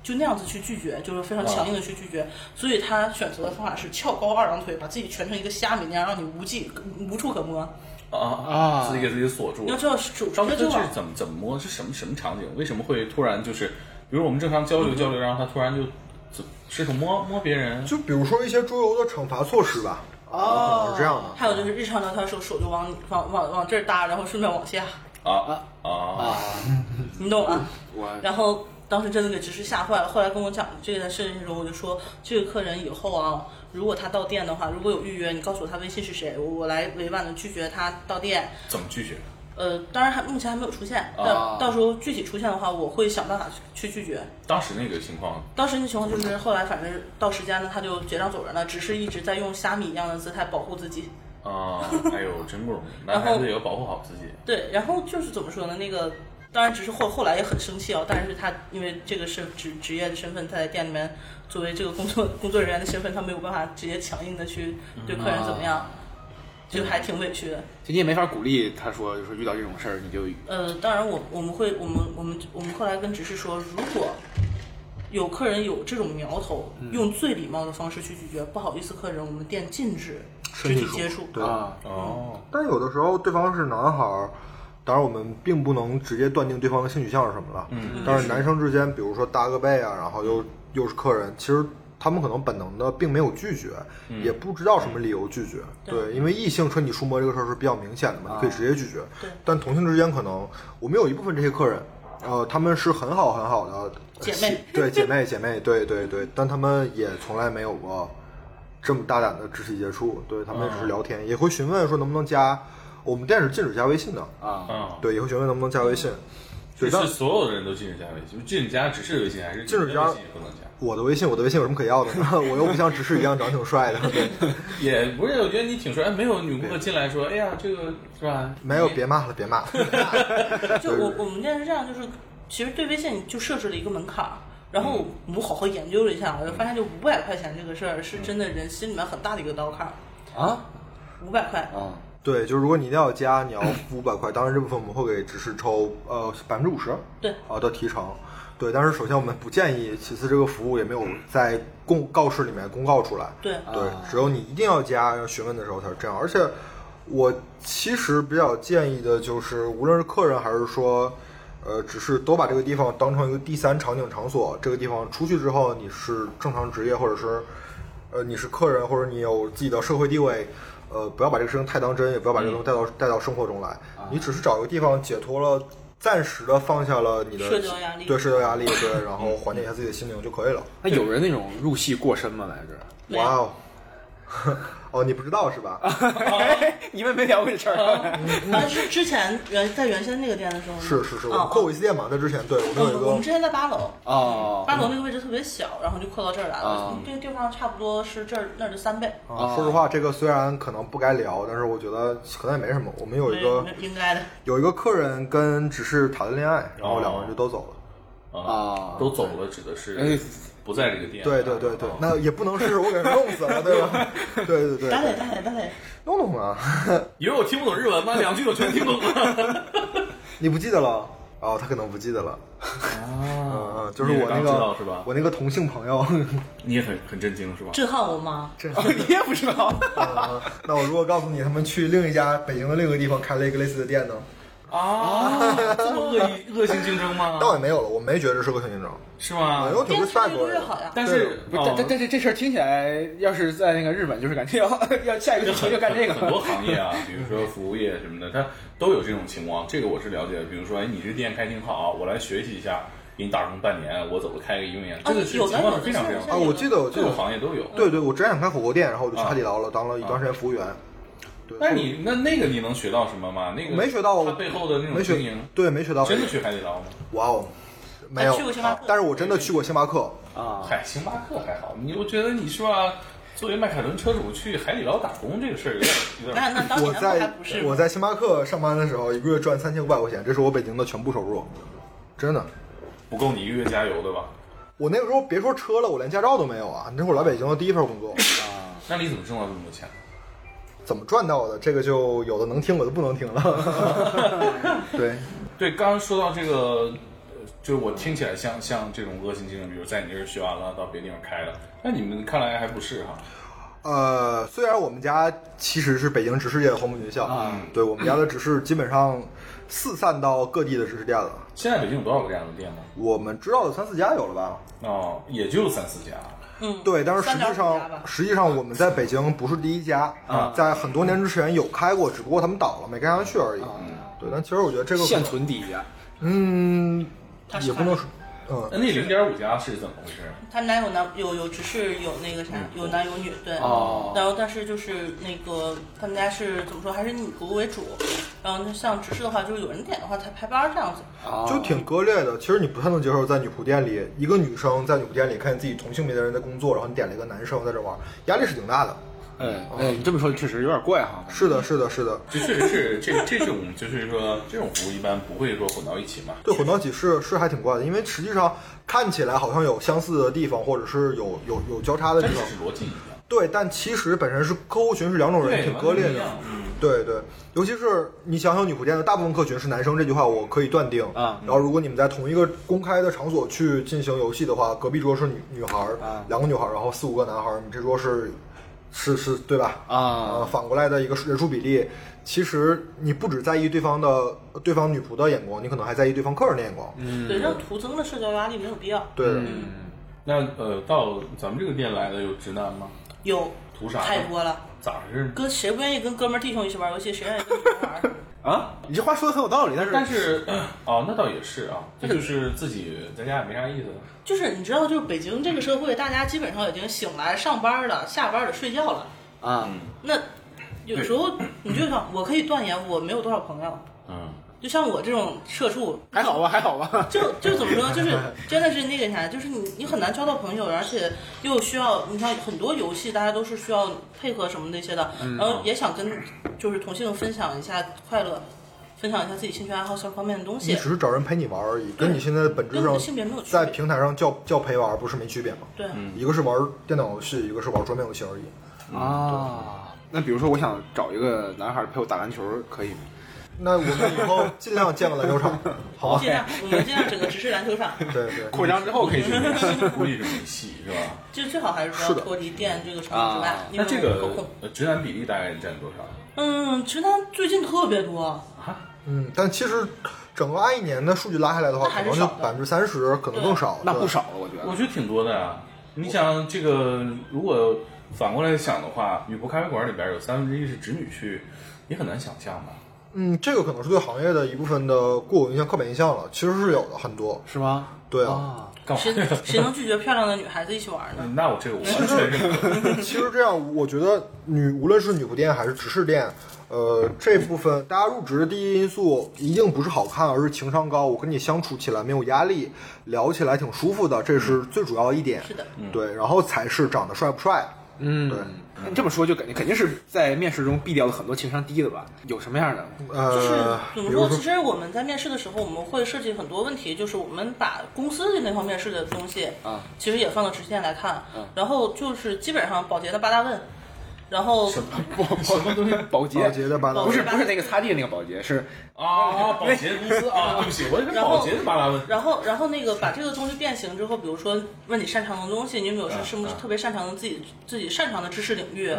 Speaker 4: 就那样子去拒绝，就是非常强硬的去拒绝，所以他选择的方法是翘高二郎腿，把自己蜷成一个虾米那样，让你无计无处可摸。
Speaker 6: 啊
Speaker 3: 啊
Speaker 6: 自己给自己锁住
Speaker 4: 你要
Speaker 6: 了？
Speaker 4: 知道手
Speaker 6: 张哥
Speaker 4: 直接
Speaker 6: 这
Speaker 4: 就是往
Speaker 6: 怎么怎么摸？是什么什么场景？为什么会突然就是，比如我们正常
Speaker 2: 嗯
Speaker 6: 交流交流，然后他突然就就伸手摸摸别人？
Speaker 2: 就比如说一些桌游的惩罚措施吧，啊，可能是这样的。
Speaker 4: 还有就是日常聊天的时候，手就往往往往这儿搭，然后顺便往下，
Speaker 6: 啊啊！
Speaker 4: 你懂吗？
Speaker 3: 我
Speaker 4: 然后当时真的给执事吓坏了，后来跟我讲这件事情的时候，我就说这个客人以后啊，如果他到店的话，如果有预约，你告诉我他微信是谁，我我来委婉的拒绝他到店。
Speaker 6: 怎么拒绝？
Speaker 4: 呃，当然还目前还没有出现，但
Speaker 3: 啊
Speaker 4: 到时候具体出现的话，我会想办法去去拒绝。
Speaker 6: 当时那个情况
Speaker 4: 当时那情况就是后来反正到时间了，他就结账走人了，只是一直在用虾米一样的姿态保护自己。
Speaker 6: 啊，哎呦，真不 容易，
Speaker 4: 然
Speaker 6: 男
Speaker 4: 后
Speaker 6: 孩子也要保护好自己。
Speaker 4: 对，然后就是怎么说呢？那个当然只是后后来也很生气啊，但是他因为这个是职职业的身份，他在店里面作为这个工作工作人员的身份，他没有办法直接强硬的去对客人怎么样，就还挺委屈的。
Speaker 3: 就你也没法鼓励他说，就是遇到这种事儿你就
Speaker 4: 呃，当然我我们会我们我们我们后来跟执事说，如果有客人有这种苗头，用最礼貌的方式去拒绝，不好意思，客人，我们店禁止肢体接触。
Speaker 2: 对
Speaker 3: 啊
Speaker 6: 哦，
Speaker 2: 但有的时候对方是男孩儿，当然我们并不能直接断定对方的性取向是什么了。嗯，但是男生之间，比如说搭个背啊，然后又又是客人，其实他们可能本能的并没有拒绝，也不知道什么理由拒绝。对，因为异性趁你触摸这个事儿是比较明显的嘛，你可以直接拒绝。
Speaker 4: 对
Speaker 2: 但同性之间可能我们有一部分这些客人，呃，他们是很好很好的
Speaker 4: 姐妹，
Speaker 2: 对姐妹姐妹，对对对，但他们也从来没有过这么大胆的肢体接触，对他们只是
Speaker 4: 啊
Speaker 2: 聊天，也会询问说能不能加。我们店是禁止加微信的，
Speaker 3: 啊，
Speaker 6: 啊，
Speaker 2: 对，也会询问能不能加微信。
Speaker 6: 就
Speaker 2: 对，但
Speaker 6: 是所有的人都禁止加微信，就禁止加只是微信还是
Speaker 2: 禁止加
Speaker 6: 微信也不能加？
Speaker 2: 我的微信，我的微信有什么可要的呢？ 我又不像执事一样长挺帅的，对
Speaker 6: 也不是，我觉得你挺帅，哎没有女顾客进来说，哎呀，这个是吧？
Speaker 2: 没有，
Speaker 6: 你
Speaker 2: 别骂了，别骂了。
Speaker 4: 就我我们店是这样，就是其实对微信就设置了一个门槛儿，然后我们好好研究了一下，我就发现就五百块钱这个事儿是真的人心里面很大的一个刀坎儿，
Speaker 3: 啊
Speaker 4: 五百块。
Speaker 3: 啊，
Speaker 2: 对，就是如果你一定要加，你要付五百块，当然这部分我们会给执事抽呃百分之五十
Speaker 4: 对
Speaker 2: 啊的提成。对，但是首先我们不建议，其次这个服务也没有在公告示里面公告出来。
Speaker 4: 对
Speaker 2: 对，只有你一定要加要询问的时候才是这样。而且我其实比较建议的就是，无论是客人还是说，呃，只是都把这个地方当成一个第三场景场所。这个地方出去之后，你是正常职业，或者是呃你是客人，或者你有自己的社会地位。呃，不要把这个事情太当真，也不要
Speaker 4: 嗯
Speaker 2: 把这个东西带到、带到生活中来。
Speaker 4: 啊
Speaker 2: 你只是找个地方解脱了，暂时的放下了你的
Speaker 4: 社交压力
Speaker 2: 对社交压力，对，然后缓解一下自己的心灵就可以了。
Speaker 3: 那有人那种入戏过深吗？来这，
Speaker 4: 没有
Speaker 2: 哇哦， 哦，你不知道是吧？
Speaker 3: 哎你们没聊过这事儿，
Speaker 4: 啊，是之前原在原先那个店的时候吗
Speaker 2: 是是是，我
Speaker 4: 哦
Speaker 2: 们扩过一次店嘛，在之前，对我
Speaker 4: 我
Speaker 2: 们有
Speaker 4: 们我
Speaker 2: 一个
Speaker 4: 们之前在八楼，
Speaker 3: 哦
Speaker 4: 八楼那个位置特别小，然后就扩到这儿来了嗯
Speaker 3: 啊。
Speaker 4: 这个地方差不多是这儿那儿的三倍，
Speaker 2: 啊，说实话，这个虽然可能不该聊，但是我觉得可能也没什么。我们有一个
Speaker 4: 对应该的。
Speaker 2: 有一个客人跟只是谈了恋爱，然后
Speaker 6: 哦
Speaker 2: 两个人就都走了。
Speaker 6: 啊
Speaker 3: 啊，
Speaker 6: 都走了，指的是
Speaker 3: 哎
Speaker 6: 不在这个店。
Speaker 2: 对对对对
Speaker 6: 啊，
Speaker 2: 那也不能是我给人弄死了，对吧？对对对
Speaker 4: 打
Speaker 2: 对
Speaker 4: 得，打得打得，
Speaker 2: 弄弄啊，
Speaker 6: 以为我听不懂日文吗？两句我全听 懂了。
Speaker 2: 你不记得了？哦，他可能不记得了。 嗯嗯，就是我那
Speaker 6: 哦你也刚知道
Speaker 2: 个
Speaker 6: 是吧
Speaker 2: 我那个同性朋友。
Speaker 6: 你也很很震惊是吧？
Speaker 4: 震撼我吗？
Speaker 3: 你也不知道
Speaker 6: 啊
Speaker 2: 嗯那我如果告诉你他们去另一家北京的另一个地方开了一个类似的店呢？
Speaker 6: 啊，这么恶意恶性竞争吗？啊
Speaker 2: 倒也没有了，我没觉得是个性竞争，
Speaker 6: 是吗
Speaker 2: 因为？我挺
Speaker 4: 店
Speaker 2: 是
Speaker 4: 去
Speaker 2: 外
Speaker 4: 越
Speaker 2: 国
Speaker 4: 多越
Speaker 2: 人。
Speaker 4: 好呀。
Speaker 6: 但是哦
Speaker 3: 不是，但但但是这事儿听起来，要是在那个日本，就是感觉要 要下一个
Speaker 6: 这
Speaker 3: 星期
Speaker 6: 很
Speaker 3: 就干这个，
Speaker 6: 很多行业 啊，比如说服务业什么的，它都有这种情况。这个我是了解的。比如说，哎，你这店开挺好，我来学习一下，给你打工半年，我走了开个一个年，这个是
Speaker 4: 哦有的
Speaker 6: 情况
Speaker 4: 有
Speaker 6: 是
Speaker 4: 的
Speaker 6: 非常非
Speaker 4: 现在
Speaker 6: 常
Speaker 2: 啊，我记得，我记
Speaker 6: 各
Speaker 2: 得
Speaker 6: 个，行业都有。
Speaker 2: 对对，我之前想开火锅店，然后我就去海底
Speaker 6: 啊
Speaker 2: 捞了，当了一段时间服务员。对，
Speaker 6: 那你那那个你能学到什么吗？那个
Speaker 2: 没学到
Speaker 6: 它背后的那
Speaker 2: 没
Speaker 6: 种经
Speaker 2: 学
Speaker 6: 营，，
Speaker 2: 对，没学到，
Speaker 6: 真的去海底捞吗？
Speaker 2: 哇哦，没有啊
Speaker 4: 还去过星巴克，
Speaker 2: 但是我真的去过星巴克，
Speaker 3: 啊，
Speaker 6: 嗨，星巴克还好，你我觉得你是吧？作为迈凯伦车主去海底捞打工这个事儿有点有点
Speaker 4: 那那当
Speaker 2: 我
Speaker 4: 年不还
Speaker 2: 在
Speaker 4: 不是
Speaker 2: 我在星巴克上班的时候，一个月赚三千五百块钱，这是我北京的全部收入，真的。
Speaker 6: 不够你一个月加油的吧？
Speaker 2: 我那个时候别说车了，我连驾照都没有啊！那会我来北京的第一份工 作，
Speaker 6: 那你怎么挣到这么多钱？
Speaker 2: 怎么赚到的？这个就有的能听，有的不能听了。 对，
Speaker 6: 对，刚刚说到这个，呃就是我听起来像像这种恶性竞争，比如在你这儿学完了，到别地方开了，那你们看来还不是哈？
Speaker 2: 呃，虽然我们家其实是北京直视界的黄埔军校，
Speaker 4: 啊
Speaker 2: 对我们家的直视基本上四散到各地的直视店了。
Speaker 6: 现在北京有多少个这样的店呢？
Speaker 2: 我们知道的三四家有了吧？
Speaker 6: 哦，也就三四家。
Speaker 4: 嗯，
Speaker 2: 对，但是实
Speaker 4: 三点
Speaker 2: 际
Speaker 4: 五家
Speaker 2: 上
Speaker 4: 吧，啊
Speaker 2: 实际上我们在北京不是第一家，在很多年之前有开过，只不过他们倒了，没开上去而已。
Speaker 4: 啊
Speaker 2: 对，但其实我觉得这个可
Speaker 3: 现
Speaker 2: 能，
Speaker 3: 存第一家，
Speaker 2: 嗯，
Speaker 4: 它是
Speaker 2: 也不能说，嗯，
Speaker 6: 那那零点五家是怎么回事？啊
Speaker 4: 他们俩有男有有只是有那个啥，
Speaker 2: 嗯
Speaker 4: 有男有女，对。
Speaker 3: 哦
Speaker 4: 然后但是就是那个他们家是怎么说，还是以女仆为主。然后那像直视的话，就是有人点的话才排班儿这样子。
Speaker 3: 啊
Speaker 2: 就挺割裂的。其实你不太能接受，在女仆店里，一个女生在女仆店里看见自己同性别的人在工作，然后你点了一个男生在这玩，压力是挺大的。
Speaker 3: 哎哎，你这么说确实有点怪哈，
Speaker 2: 是的，是的，是的，
Speaker 6: 这确实是这这种就是说这种服务一般不会说混到一起嘛。
Speaker 2: 对，混到一起是是还挺怪的，因为实际上看起来好像有相似的地方，或者是有有有交叉的
Speaker 6: 但
Speaker 2: 地
Speaker 6: 只
Speaker 2: 方，
Speaker 6: 是逻辑一样。
Speaker 2: 对，但其实本身是客户群是两种人，
Speaker 6: 对
Speaker 2: 挺割裂
Speaker 6: 完全不一
Speaker 2: 的
Speaker 6: 样。嗯
Speaker 2: 对对，尤其是你想想女仆店的大部分客群是男生，这句话我可以断定
Speaker 3: 啊
Speaker 2: 然后如果你们在同一个公开的场所去进行游戏的话，隔壁桌是女女孩儿，
Speaker 3: 啊
Speaker 2: 两个女孩儿，然后四五个男孩儿，你这桌是是是对吧？
Speaker 3: 啊
Speaker 2: 呃，反过来的一个人数比例，其实你不只在意对方的对方女仆的眼光，你可能还在意对方客人的眼光。嗯，
Speaker 6: 嗯
Speaker 4: 对，让徒增了社交压力没有必要。
Speaker 2: 对的。
Speaker 6: 那呃，到咱们这个店来的有直男吗？
Speaker 4: 有
Speaker 6: 图啥呢？
Speaker 4: 太多了，
Speaker 6: 咋回事呢？
Speaker 4: 跟谁不愿意跟哥们儿弟兄一起玩游戏？谁愿意跟别人玩儿？
Speaker 3: 啊，你这话说的很有道理，但是
Speaker 6: 但是哦，那倒也是啊，这就是自己在家也没啥意思。
Speaker 4: 就是你知道，就是北京这个社会，大家基本上已经醒来上班了，下班了睡觉了。
Speaker 3: 啊，
Speaker 4: 那有时候你就想，我可以断言我没有多少朋友，
Speaker 6: 嗯，
Speaker 4: 就像我这种社畜，
Speaker 3: 还好吧，还好吧。
Speaker 4: 就就怎么说，就是 真的是那个啥，就是你你很难交到朋友，而且又需要你看很多游戏，大家都是需要配合什么那些的，
Speaker 2: 嗯
Speaker 4: 然后也想跟就是同性分享一下快乐，分享一下自己兴趣爱好相方面的东
Speaker 2: 你
Speaker 4: 西。
Speaker 2: 只是找人陪你玩而已，跟你现在本质
Speaker 4: 嗯跟你的性
Speaker 2: 上
Speaker 4: 别没有区
Speaker 2: 在
Speaker 4: 别，
Speaker 2: 平台上叫叫陪玩不是没区别吗？
Speaker 4: 对，
Speaker 2: 一个是玩电脑游戏，一个是玩桌面游戏而已。
Speaker 3: 啊，那比如说我想找一个男孩陪我打篮球，可以吗？
Speaker 2: 那我们以后尽量建个篮球 场，好吧？
Speaker 4: 尽量我们尽量整个直视篮球场，
Speaker 2: 对对，
Speaker 3: 扩张之后可以去。
Speaker 6: 估计是没戏是吧？
Speaker 4: 就最好还是说要脱离电这个场景之外
Speaker 3: 啊，
Speaker 4: 因
Speaker 6: 那
Speaker 4: 为
Speaker 6: 这
Speaker 4: 我不
Speaker 6: 个
Speaker 4: 够
Speaker 6: 呃直男比例大概占多少
Speaker 4: 嗯，直男最近特别多，
Speaker 6: 啊？
Speaker 2: 嗯，但其实整个二一年的数据拉下来的话，
Speaker 4: 那还
Speaker 2: 可能
Speaker 4: 是
Speaker 2: 就
Speaker 4: 少的
Speaker 2: 百分之三十，可能更少。
Speaker 3: 那
Speaker 2: 对
Speaker 3: 不少了，我觉
Speaker 6: 我
Speaker 3: 得。
Speaker 6: 觉得挺多的呀。你想这个，如果反过来想的话，女仆咖啡馆里边有三分之一是直女去，也很难想象吧？
Speaker 2: 嗯，这个可能是对行业的一部分的固有印象、刻板印象了，其实是有的很多。
Speaker 3: 是吗？
Speaker 2: 对
Speaker 4: 哦
Speaker 2: 啊，
Speaker 3: 啊，
Speaker 6: 干嘛
Speaker 4: 谁
Speaker 6: 呀？
Speaker 4: 谁能拒绝漂亮的女孩子一起玩呢？
Speaker 6: 那我这个我完全认 可。
Speaker 2: 其实这样，我觉得女无论是女仆店还是直视店，呃，这部分大家入职的第一因素一定不是好看，而是情商高。我跟你相处起来没有压力，聊起来挺舒服的，这是最主要一点。
Speaker 4: 是的，
Speaker 2: 对，然后才是长得帅不帅。
Speaker 3: 嗯，
Speaker 2: 对
Speaker 3: 那你这么说就感觉肯定是在面试中避掉了很多情商低的吧？有什么样的？
Speaker 4: 就是
Speaker 2: 呃，
Speaker 4: 怎
Speaker 2: 比
Speaker 4: 么
Speaker 2: 如
Speaker 4: 说？
Speaker 2: 说
Speaker 4: 其实我们在面试的时候，我们会设计很多问题，就是我们把公司的那方面试的东西
Speaker 3: 啊，
Speaker 4: 其实也放到直线来看。然后就是基本上保洁的八大问，然后
Speaker 3: 保 什么东西？ 保洁？
Speaker 2: 保洁的吧，
Speaker 3: 不是不是那个擦地那个保洁，是
Speaker 6: 啊，保洁公司啊，对不起，我这个
Speaker 4: 然后
Speaker 6: 保洁的巴拉问。
Speaker 4: 然后然后那个把这个东西变形之后，比如说问你擅长的东西，你有没有什什么
Speaker 6: 嗯
Speaker 4: 特别擅长的自己自己擅长的知识领域？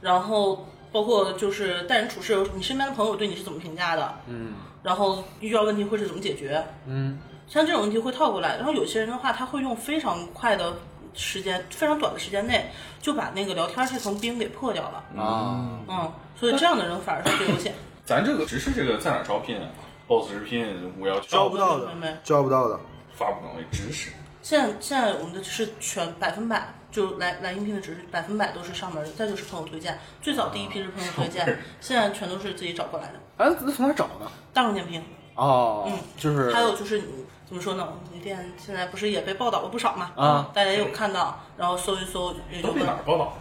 Speaker 4: 然后包括就是待人处事，你身边的朋友对你是怎么评价的？嗯，然后遇到问题会是怎么解决？嗯，像这种问题会套过来。然后有些人的话，他会用非常快的时间，非常短的时间内就把那个聊天这层冰给破掉了。
Speaker 3: 啊，
Speaker 4: 嗯，所以这样的人反而是最优险。
Speaker 6: 咱这个只是这个在哪儿招聘啊？boss 直聘五幺
Speaker 2: 招
Speaker 6: 九
Speaker 2: 不到的
Speaker 4: 明白，
Speaker 2: 招不到的。
Speaker 6: 发布岗位知识。
Speaker 4: 现在现在我们的是全百分百，就来来应聘的只是百分百都是上门儿，再就是朋友推荐。最早第一批是朋友推
Speaker 6: 哦
Speaker 4: 荐， 现在全都是自己找过来的。
Speaker 3: 啊，那从哪儿找呢？
Speaker 4: 大众点评，
Speaker 3: 哦
Speaker 4: 嗯，
Speaker 3: 就是
Speaker 4: 还有就是你怎么说呢？我们店现在不是也被报道了不少嘛？
Speaker 3: 啊，
Speaker 4: 大家也有看到，然后搜一搜，也就
Speaker 6: 都被
Speaker 4: 问
Speaker 6: 哪儿报道？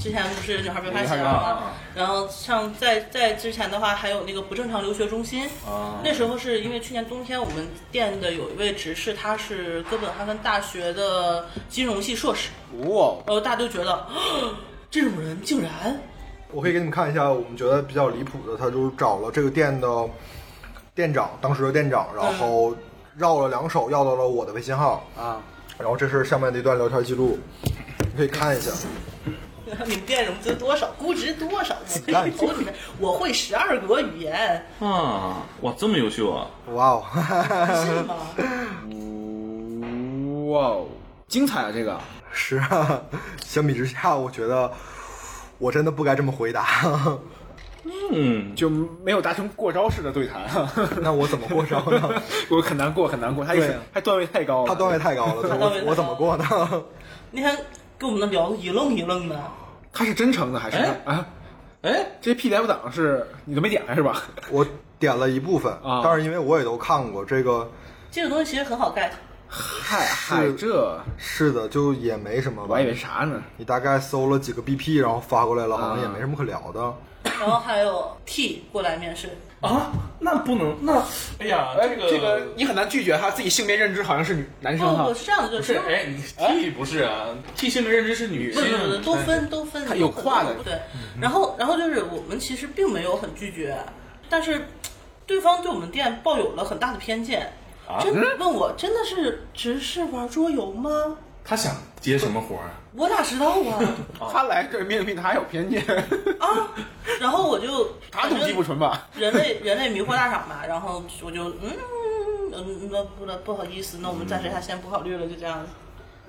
Speaker 4: 之前不是女孩被发现
Speaker 3: 女
Speaker 4: 了
Speaker 3: 孩
Speaker 6: 啊啊
Speaker 4: 吗？然后像在在之前的话，还有那个不正常留学中心，
Speaker 6: 啊
Speaker 4: 那时候是因为去年冬天我们店的有一位执事，他是哥本哈根大学的金融系硕士，然
Speaker 3: 哇，
Speaker 4: 后呃大家都觉得啊这种人竟然
Speaker 2: 我可以给你们看一下，我们觉得比较离谱的，他就是找了这个店的店长，当时的店长，然后绕了两手要到了我的微信号，
Speaker 3: 啊，
Speaker 2: 然后这是下面的一段聊天记录，你可以看一下。
Speaker 4: 你们店融资多少，估值多少，我可 以投你们，我会十二国语言，
Speaker 6: 啊，哇，这么优秀啊！
Speaker 2: 哇哦，
Speaker 4: 信吗？
Speaker 3: 哇哦，精彩啊这个！
Speaker 2: 是啊，相比之下，我觉得我真的不该这么回答。
Speaker 6: 嗯，
Speaker 3: 就没有达成过招式的对谈，
Speaker 2: 那我怎么过招呢？
Speaker 3: 我很难过，很难过。他也是
Speaker 2: 对
Speaker 3: 还段位太高了，
Speaker 2: 他段位太高了，对
Speaker 4: 段位太高
Speaker 2: 我我怎么过呢？
Speaker 4: 那天跟我们聊得一愣一愣的，
Speaker 3: 他是真诚的还是
Speaker 6: 哎
Speaker 3: 啊？
Speaker 6: 哎，
Speaker 3: 这 PDF 档是你都没点开是吧？
Speaker 2: 我点了一部分
Speaker 3: 啊，
Speaker 2: 但是因为我也都看过这个，
Speaker 4: 这个东西其实很好 get，
Speaker 3: 嗨 嗨，这
Speaker 2: 是的，就也没什么吧。
Speaker 3: 我还以为啥呢？
Speaker 2: 你大概搜了几个 BP，然后发过来了，好像也没什么可聊的。
Speaker 4: 然后还有 T 过来面试，
Speaker 6: 啊，那不能，那哎呀，
Speaker 3: 哎，
Speaker 6: 个
Speaker 3: 这个你很难拒绝他自己性别认知好像是女男生
Speaker 4: 哦，
Speaker 3: 哈
Speaker 4: 我，是这样的，就
Speaker 6: 不是
Speaker 4: 是
Speaker 6: 哎，你 T 不是啊，T 性别认知是女
Speaker 4: 不
Speaker 6: 性
Speaker 4: 是不是，，都分都分，
Speaker 3: 嗯它有跨的嗯
Speaker 4: 对。然后然后就是我们其实并没有很拒绝，但是对方对我们店抱有了很大的偏见。
Speaker 6: 啊
Speaker 4: 真的问我真的是只是玩桌游吗？
Speaker 6: 他想接什么活儿啊？
Speaker 4: 我哪知道啊
Speaker 3: 他来这面对他有偏 见，
Speaker 4: 啊！然后我就
Speaker 3: 他动机不纯吧？
Speaker 4: 人类人类迷惑大赏嘛，然后我就嗯嗯，那不那不好意思，那我们暂时还先不考虑了，就这样子。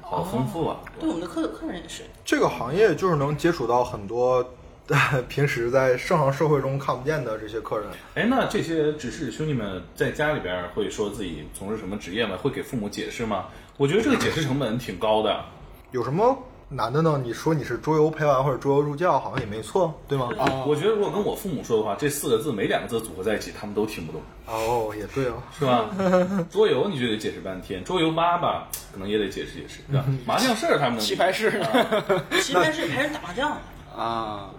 Speaker 6: 好丰富啊！
Speaker 4: 对我们的客客人也是，
Speaker 2: 这个行业就是能接触到很多 平时在正常社会中看不见的这些客人。
Speaker 6: 哎，那这些执事兄弟们在家里边会说自己从事什么职业吗？会给父母解释吗？我觉得这个解释成本挺高的。
Speaker 2: 有什么难的呢？你说你是桌游陪玩或者桌游入教，好像也没错，对吗？
Speaker 1: 啊
Speaker 6: 我觉得如果跟我父母说的话，这四个字每两个字组合在一起，他们都听不懂，
Speaker 2: 哦，也对哦。
Speaker 6: 是 吧？桌游你就得解释半天，桌游妈妈可能也得解释解释，是吧？麻将事儿他们能
Speaker 3: 棋牌室呢？
Speaker 4: 棋牌室陪人打麻将，
Speaker 3: 啊，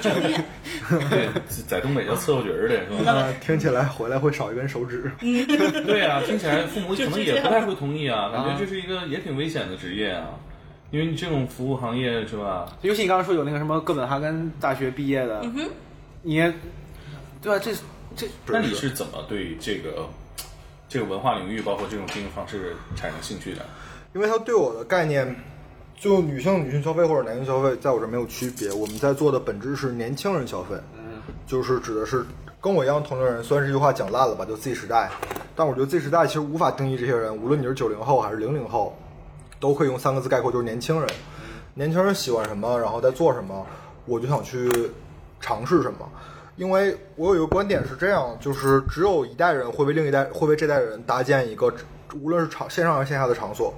Speaker 4: 教练，
Speaker 6: 对，在东北叫伺候局儿的是吧？
Speaker 2: 那听起来回来会少一根手指。
Speaker 6: 对啊，听起来父母可能
Speaker 4: 就
Speaker 6: 也
Speaker 4: 这样
Speaker 6: 不太会同意啊，感觉这是一个也挺危险的职业啊，因为你这种服务行业是吧？
Speaker 3: 尤其你刚刚说有那个什么哥本哈根大学毕业的，你也对啊吧？这这
Speaker 6: 那你是怎么对这个这个文化领域，包括这种经营方式产生兴趣的？
Speaker 2: 因为它对我的概念，就女性女性消费或者男性消费，在我这儿没有区别。我们在做的本质是年轻人消费，就是指的是跟我一样同龄人。虽然这句话讲烂了吧，就 Z 时代，但我觉得 Z 时代其实无法定义这些人，无论你是九零后还是零零后，都可以用三个字概括，就是年轻人。年轻人喜欢什么，然后在做什么，我就想去尝试什么。因为我有一个观点是这样，就是只有一代人会为另一代会为这代人搭建一个，无论是场线上还是线下的场所。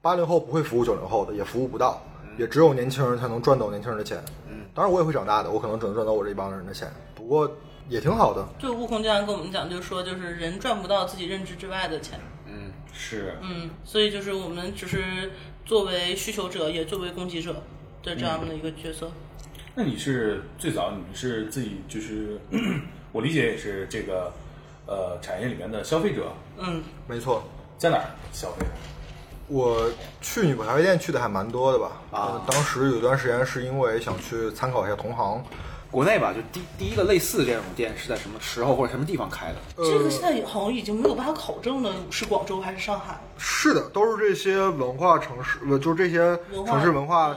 Speaker 2: 八零后不会服务九零后的，也服务不到，也只有年轻人才能赚到年轻人的钱。当然我也会长大的，我可能只能赚到我这帮人的钱，不过也挺好的。
Speaker 4: 就悟空经常跟我们讲，就是说，就是人赚不到自己认知之外的钱，
Speaker 6: 是，
Speaker 4: 嗯，所以就是我们只是作为需求者，也作为供给者的这样的一个角色。
Speaker 6: 那你是最早你是自己就是， 我理解也是这个呃产业里面的消费者，
Speaker 4: 嗯，
Speaker 2: 没错，
Speaker 6: 在哪儿消费的？
Speaker 2: 我去女仆咖啡店去的还蛮多的吧。
Speaker 3: 啊
Speaker 2: 呃当时有段时间是因为想去参考一下同行。
Speaker 3: 国内吧，就第第一个类似这种店是在什么时候或者什么地方开的？
Speaker 2: 呃
Speaker 4: 这个现在好像已经没有办法考证了，是广州还是上海？
Speaker 2: 是的，都是这些文化城市，呃，就是这些
Speaker 4: 文化
Speaker 2: 城市文化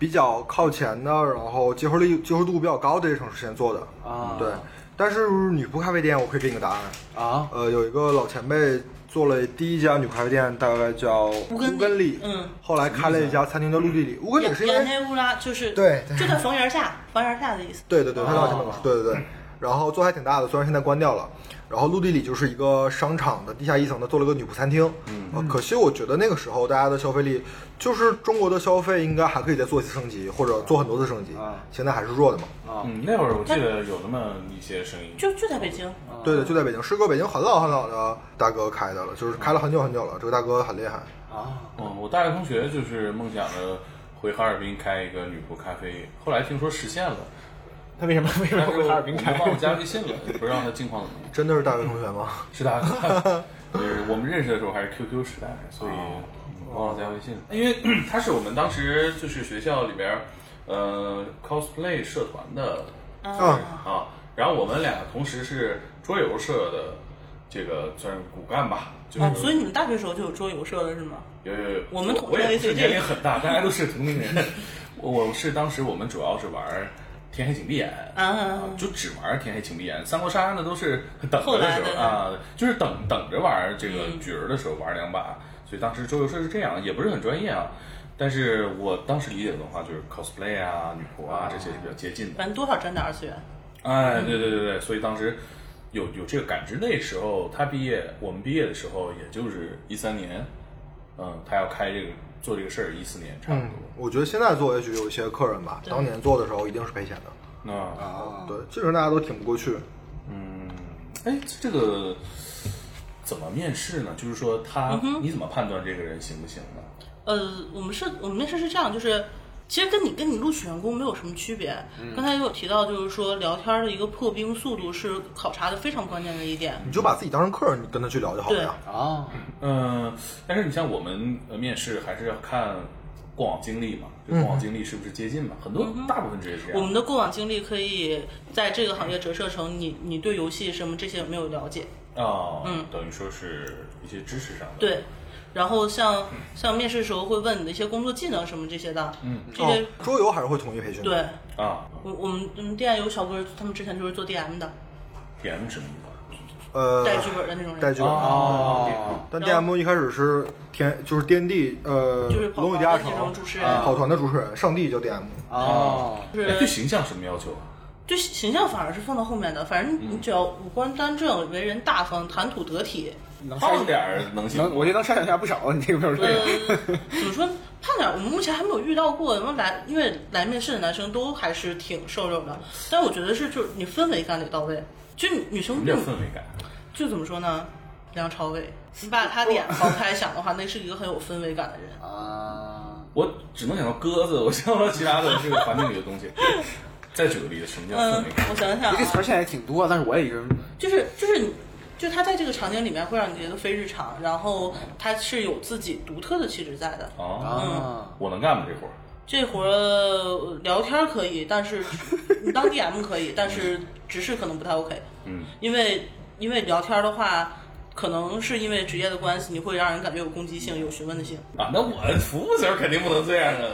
Speaker 2: 比较靠前的，然后接受力、接受度比较高的这些城市先做的。
Speaker 3: 啊
Speaker 2: 对。但是女仆咖啡店，我可以给你个答案。
Speaker 3: 啊，
Speaker 2: 呃，有一个老前辈做了第一家女仆咖啡店，大概叫乌
Speaker 4: 根
Speaker 2: 根
Speaker 4: 丽
Speaker 2: 丽，
Speaker 4: 嗯，
Speaker 2: 后来开了一家餐厅叫陆地里。乌根里是因
Speaker 4: 雅
Speaker 2: 为
Speaker 4: 内乌拉就是
Speaker 2: 对对
Speaker 4: 就在房檐下，房檐下的意思。
Speaker 2: 对对对，他老前辈
Speaker 3: 哦
Speaker 2: 对对对，然后做还挺大的，虽然现在关掉了。然后陆地里就是一个商场的地下一层，他做了个女仆餐厅。嗯，可惜我觉得那个时候大家的消费力，就是中国的消费应该还可以再做一次升级，或者做很多次升级
Speaker 3: 啊。
Speaker 2: 现在还是弱的嘛。
Speaker 6: 嗯，那会儿我记得有那么一些声音，
Speaker 4: 就就在北京，
Speaker 2: 对的，就在北京，是个北京很老很老的大哥开的了，
Speaker 3: 啊
Speaker 2: 就是开了很久很久了。这个大哥很厉害。
Speaker 6: 嗯，我大学同学就是梦想着回哈尔滨开一个女仆咖啡，后来听说实现了，
Speaker 3: 他为什么为什么
Speaker 6: 但是
Speaker 3: 回哈尔滨开
Speaker 6: 我？帮我加微信了，也不知道他近况怎么样。
Speaker 2: 真的是大学同学吗？
Speaker 6: 是的， 就是我们认识的时候还是 QQ 时代，所以嗯忘了加微信了。哎因为 他是我们当时就是学校里边儿呃 cosplay 社团的
Speaker 2: 啊，
Speaker 6: 啊，然后我们俩同时是桌游社的这个算是骨干吧，就是、
Speaker 4: 啊，所以你们大学时候就有桌游社了是吗？
Speaker 6: 有有有，
Speaker 4: 我们统
Speaker 6: 我
Speaker 4: 称
Speaker 6: 也
Speaker 4: 为
Speaker 6: 是
Speaker 4: 最
Speaker 6: 年
Speaker 4: 这
Speaker 6: 龄
Speaker 4: 个
Speaker 6: 很 大，大家都是同龄人。我我是当时我们主要是玩《天黑请闭眼》
Speaker 4: 啊
Speaker 6: 就只玩《天黑请闭眼》，三国杀呢都是等
Speaker 4: 后
Speaker 6: 着的
Speaker 4: 来
Speaker 6: 时候
Speaker 4: 的嗯
Speaker 6: 啊，就是等等着玩这个角儿的时候玩两把。所以当时桌游社是这样，也不是很专业啊。但是我当时理解的文化就是 cosplay 啊、女仆啊这些是比较接近的。
Speaker 4: 反正多少沾点二次元。
Speaker 6: 哎，
Speaker 4: 嗯
Speaker 6: 对对对对，所以当时有有这个感知。那时候他毕业，我们毕业的时候，也就是一三年，嗯，他要开这个做这个事儿，一四年差不多。
Speaker 2: 嗯我觉得现在做也许有一些客人吧，当年做的时候一定是赔钱的。
Speaker 6: 那
Speaker 3: 啊，
Speaker 2: 对，基本上大家都挺不过去。
Speaker 6: 嗯，哎，这个怎么面试呢？就是说他，你怎么判断这个人行不行呢？
Speaker 4: 呃，我们是我们面试是这样，就是其实跟你跟你录取员工没有什么区别。
Speaker 2: 嗯
Speaker 4: 刚才也有提到，就是说聊天的一个破冰速度是考察的非常关键的一点。
Speaker 2: 你就把自己当成客人，你跟他去聊就好了呀。
Speaker 3: 啊，
Speaker 6: 嗯，但是你像我们呃面试还是要看过往经历嘛，就过往经历是不是接近嘛？很多大部分职业是这样。
Speaker 4: 我们的过往经历可以在这个行业折射成你你对游戏什么这些有没有了解？
Speaker 6: 啊，等于说是一些知识上的。
Speaker 4: 对。然后像像面试的时候会问你的一些工作技能什么这些的，嗯，这些、
Speaker 2: 哦，桌游还是会统一培训的。
Speaker 4: 对。
Speaker 6: 啊
Speaker 4: 嗯我我们我们店有小哥，他们之前就是做 DM 的，
Speaker 6: ，DM 什么意思？
Speaker 2: 呃，
Speaker 4: 带剧本的那种人，
Speaker 2: 带剧本的。
Speaker 6: 哦，
Speaker 2: 但 DM 一开始是天，就是天地，呃
Speaker 4: 就是，跑
Speaker 2: 龙与地
Speaker 4: 团
Speaker 2: 下
Speaker 4: 的那
Speaker 2: 城
Speaker 4: 种主持人
Speaker 2: 跑团的主持人，上帝叫 DM。
Speaker 3: 哦，
Speaker 6: 哎对
Speaker 4: 是
Speaker 6: 形象什么要求啊？
Speaker 4: 对形象反而是放到后面的，反正
Speaker 6: 嗯
Speaker 4: 你只要五官端正、为人大方、谈吐得体，
Speaker 3: 能
Speaker 6: 胖
Speaker 3: 筛
Speaker 6: 点儿能行吗？
Speaker 3: 能，我觉得能筛选下不少。你这个表述，
Speaker 4: 呃，怎么说胖点儿？我们目前还没有遇到过，因为来因为来面试的男生都还是挺瘦弱的，但我觉得是就是你氛围感得到位，就女
Speaker 6: 什
Speaker 4: 生
Speaker 6: 么叫
Speaker 4: 并
Speaker 6: 氛围感？啊
Speaker 4: 就怎么说呢？梁朝伟，你把他脸刨开想的话，那是一个很有氛围感的人。
Speaker 3: 啊，
Speaker 6: 我只能想到鸽子，我想不到其他的这个环境里的东西。再举个例子，什么叫氛
Speaker 4: 嗯
Speaker 6: 围感，？
Speaker 4: 我想想
Speaker 3: 这个词儿
Speaker 4: 啊，
Speaker 3: 现在也挺多，但是我也一直
Speaker 4: 就是就是你，就他在这个场景里面会让你觉得非日常，然后他是有自己独特的气质在的。
Speaker 6: 啊，
Speaker 3: 啊，
Speaker 6: 我能干吗这活儿？
Speaker 4: 这活儿呃聊天儿可以，但是你当 DM 可以，但是直视可能不太 OK，
Speaker 6: 嗯，
Speaker 4: 因为因为聊天儿的话，可能是因为职业的关系，你会让人感觉有攻击性、有询问的性。
Speaker 6: 啊，那我服务时候肯定不能这样啊。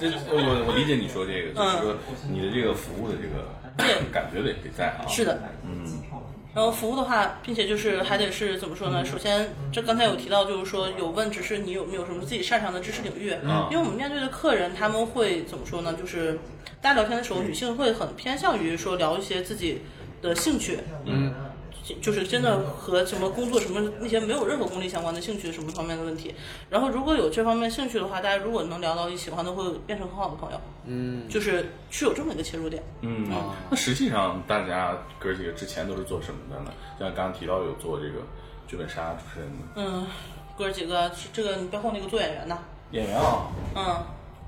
Speaker 6: 这我我理解你说这个，就是说你的这个服务的这个
Speaker 4: 对
Speaker 6: 感觉得得在啊。
Speaker 4: 是的，
Speaker 6: 嗯，
Speaker 4: 然后服务的话，并且就是还得是怎么说呢？首先，这刚才有提到，就是说有问，只是你有没有什么自己擅长的知识领域？
Speaker 6: 嗯
Speaker 4: 因为我们面对的客人，他们会怎么说呢？就是大家聊天的时候，女性会很偏向于说聊一些自己的兴趣，
Speaker 6: 嗯，
Speaker 4: 就是真的和什么工作什么那些没有任何功利相关的兴趣什么方面的问题。然后如果有这方面兴趣的话，大家如果能聊到一起的话，那会变成很好的朋友。
Speaker 3: 嗯，
Speaker 4: 就是是有这么一个切入点。
Speaker 6: 嗯，那实际上大家哥几个之前都是做什么的呢？就像刚刚提到有做这个剧本杀主持人的
Speaker 4: 嗯，哥儿几个，这个你包括那个做演员的。
Speaker 6: 演员啊，
Speaker 4: 嗯，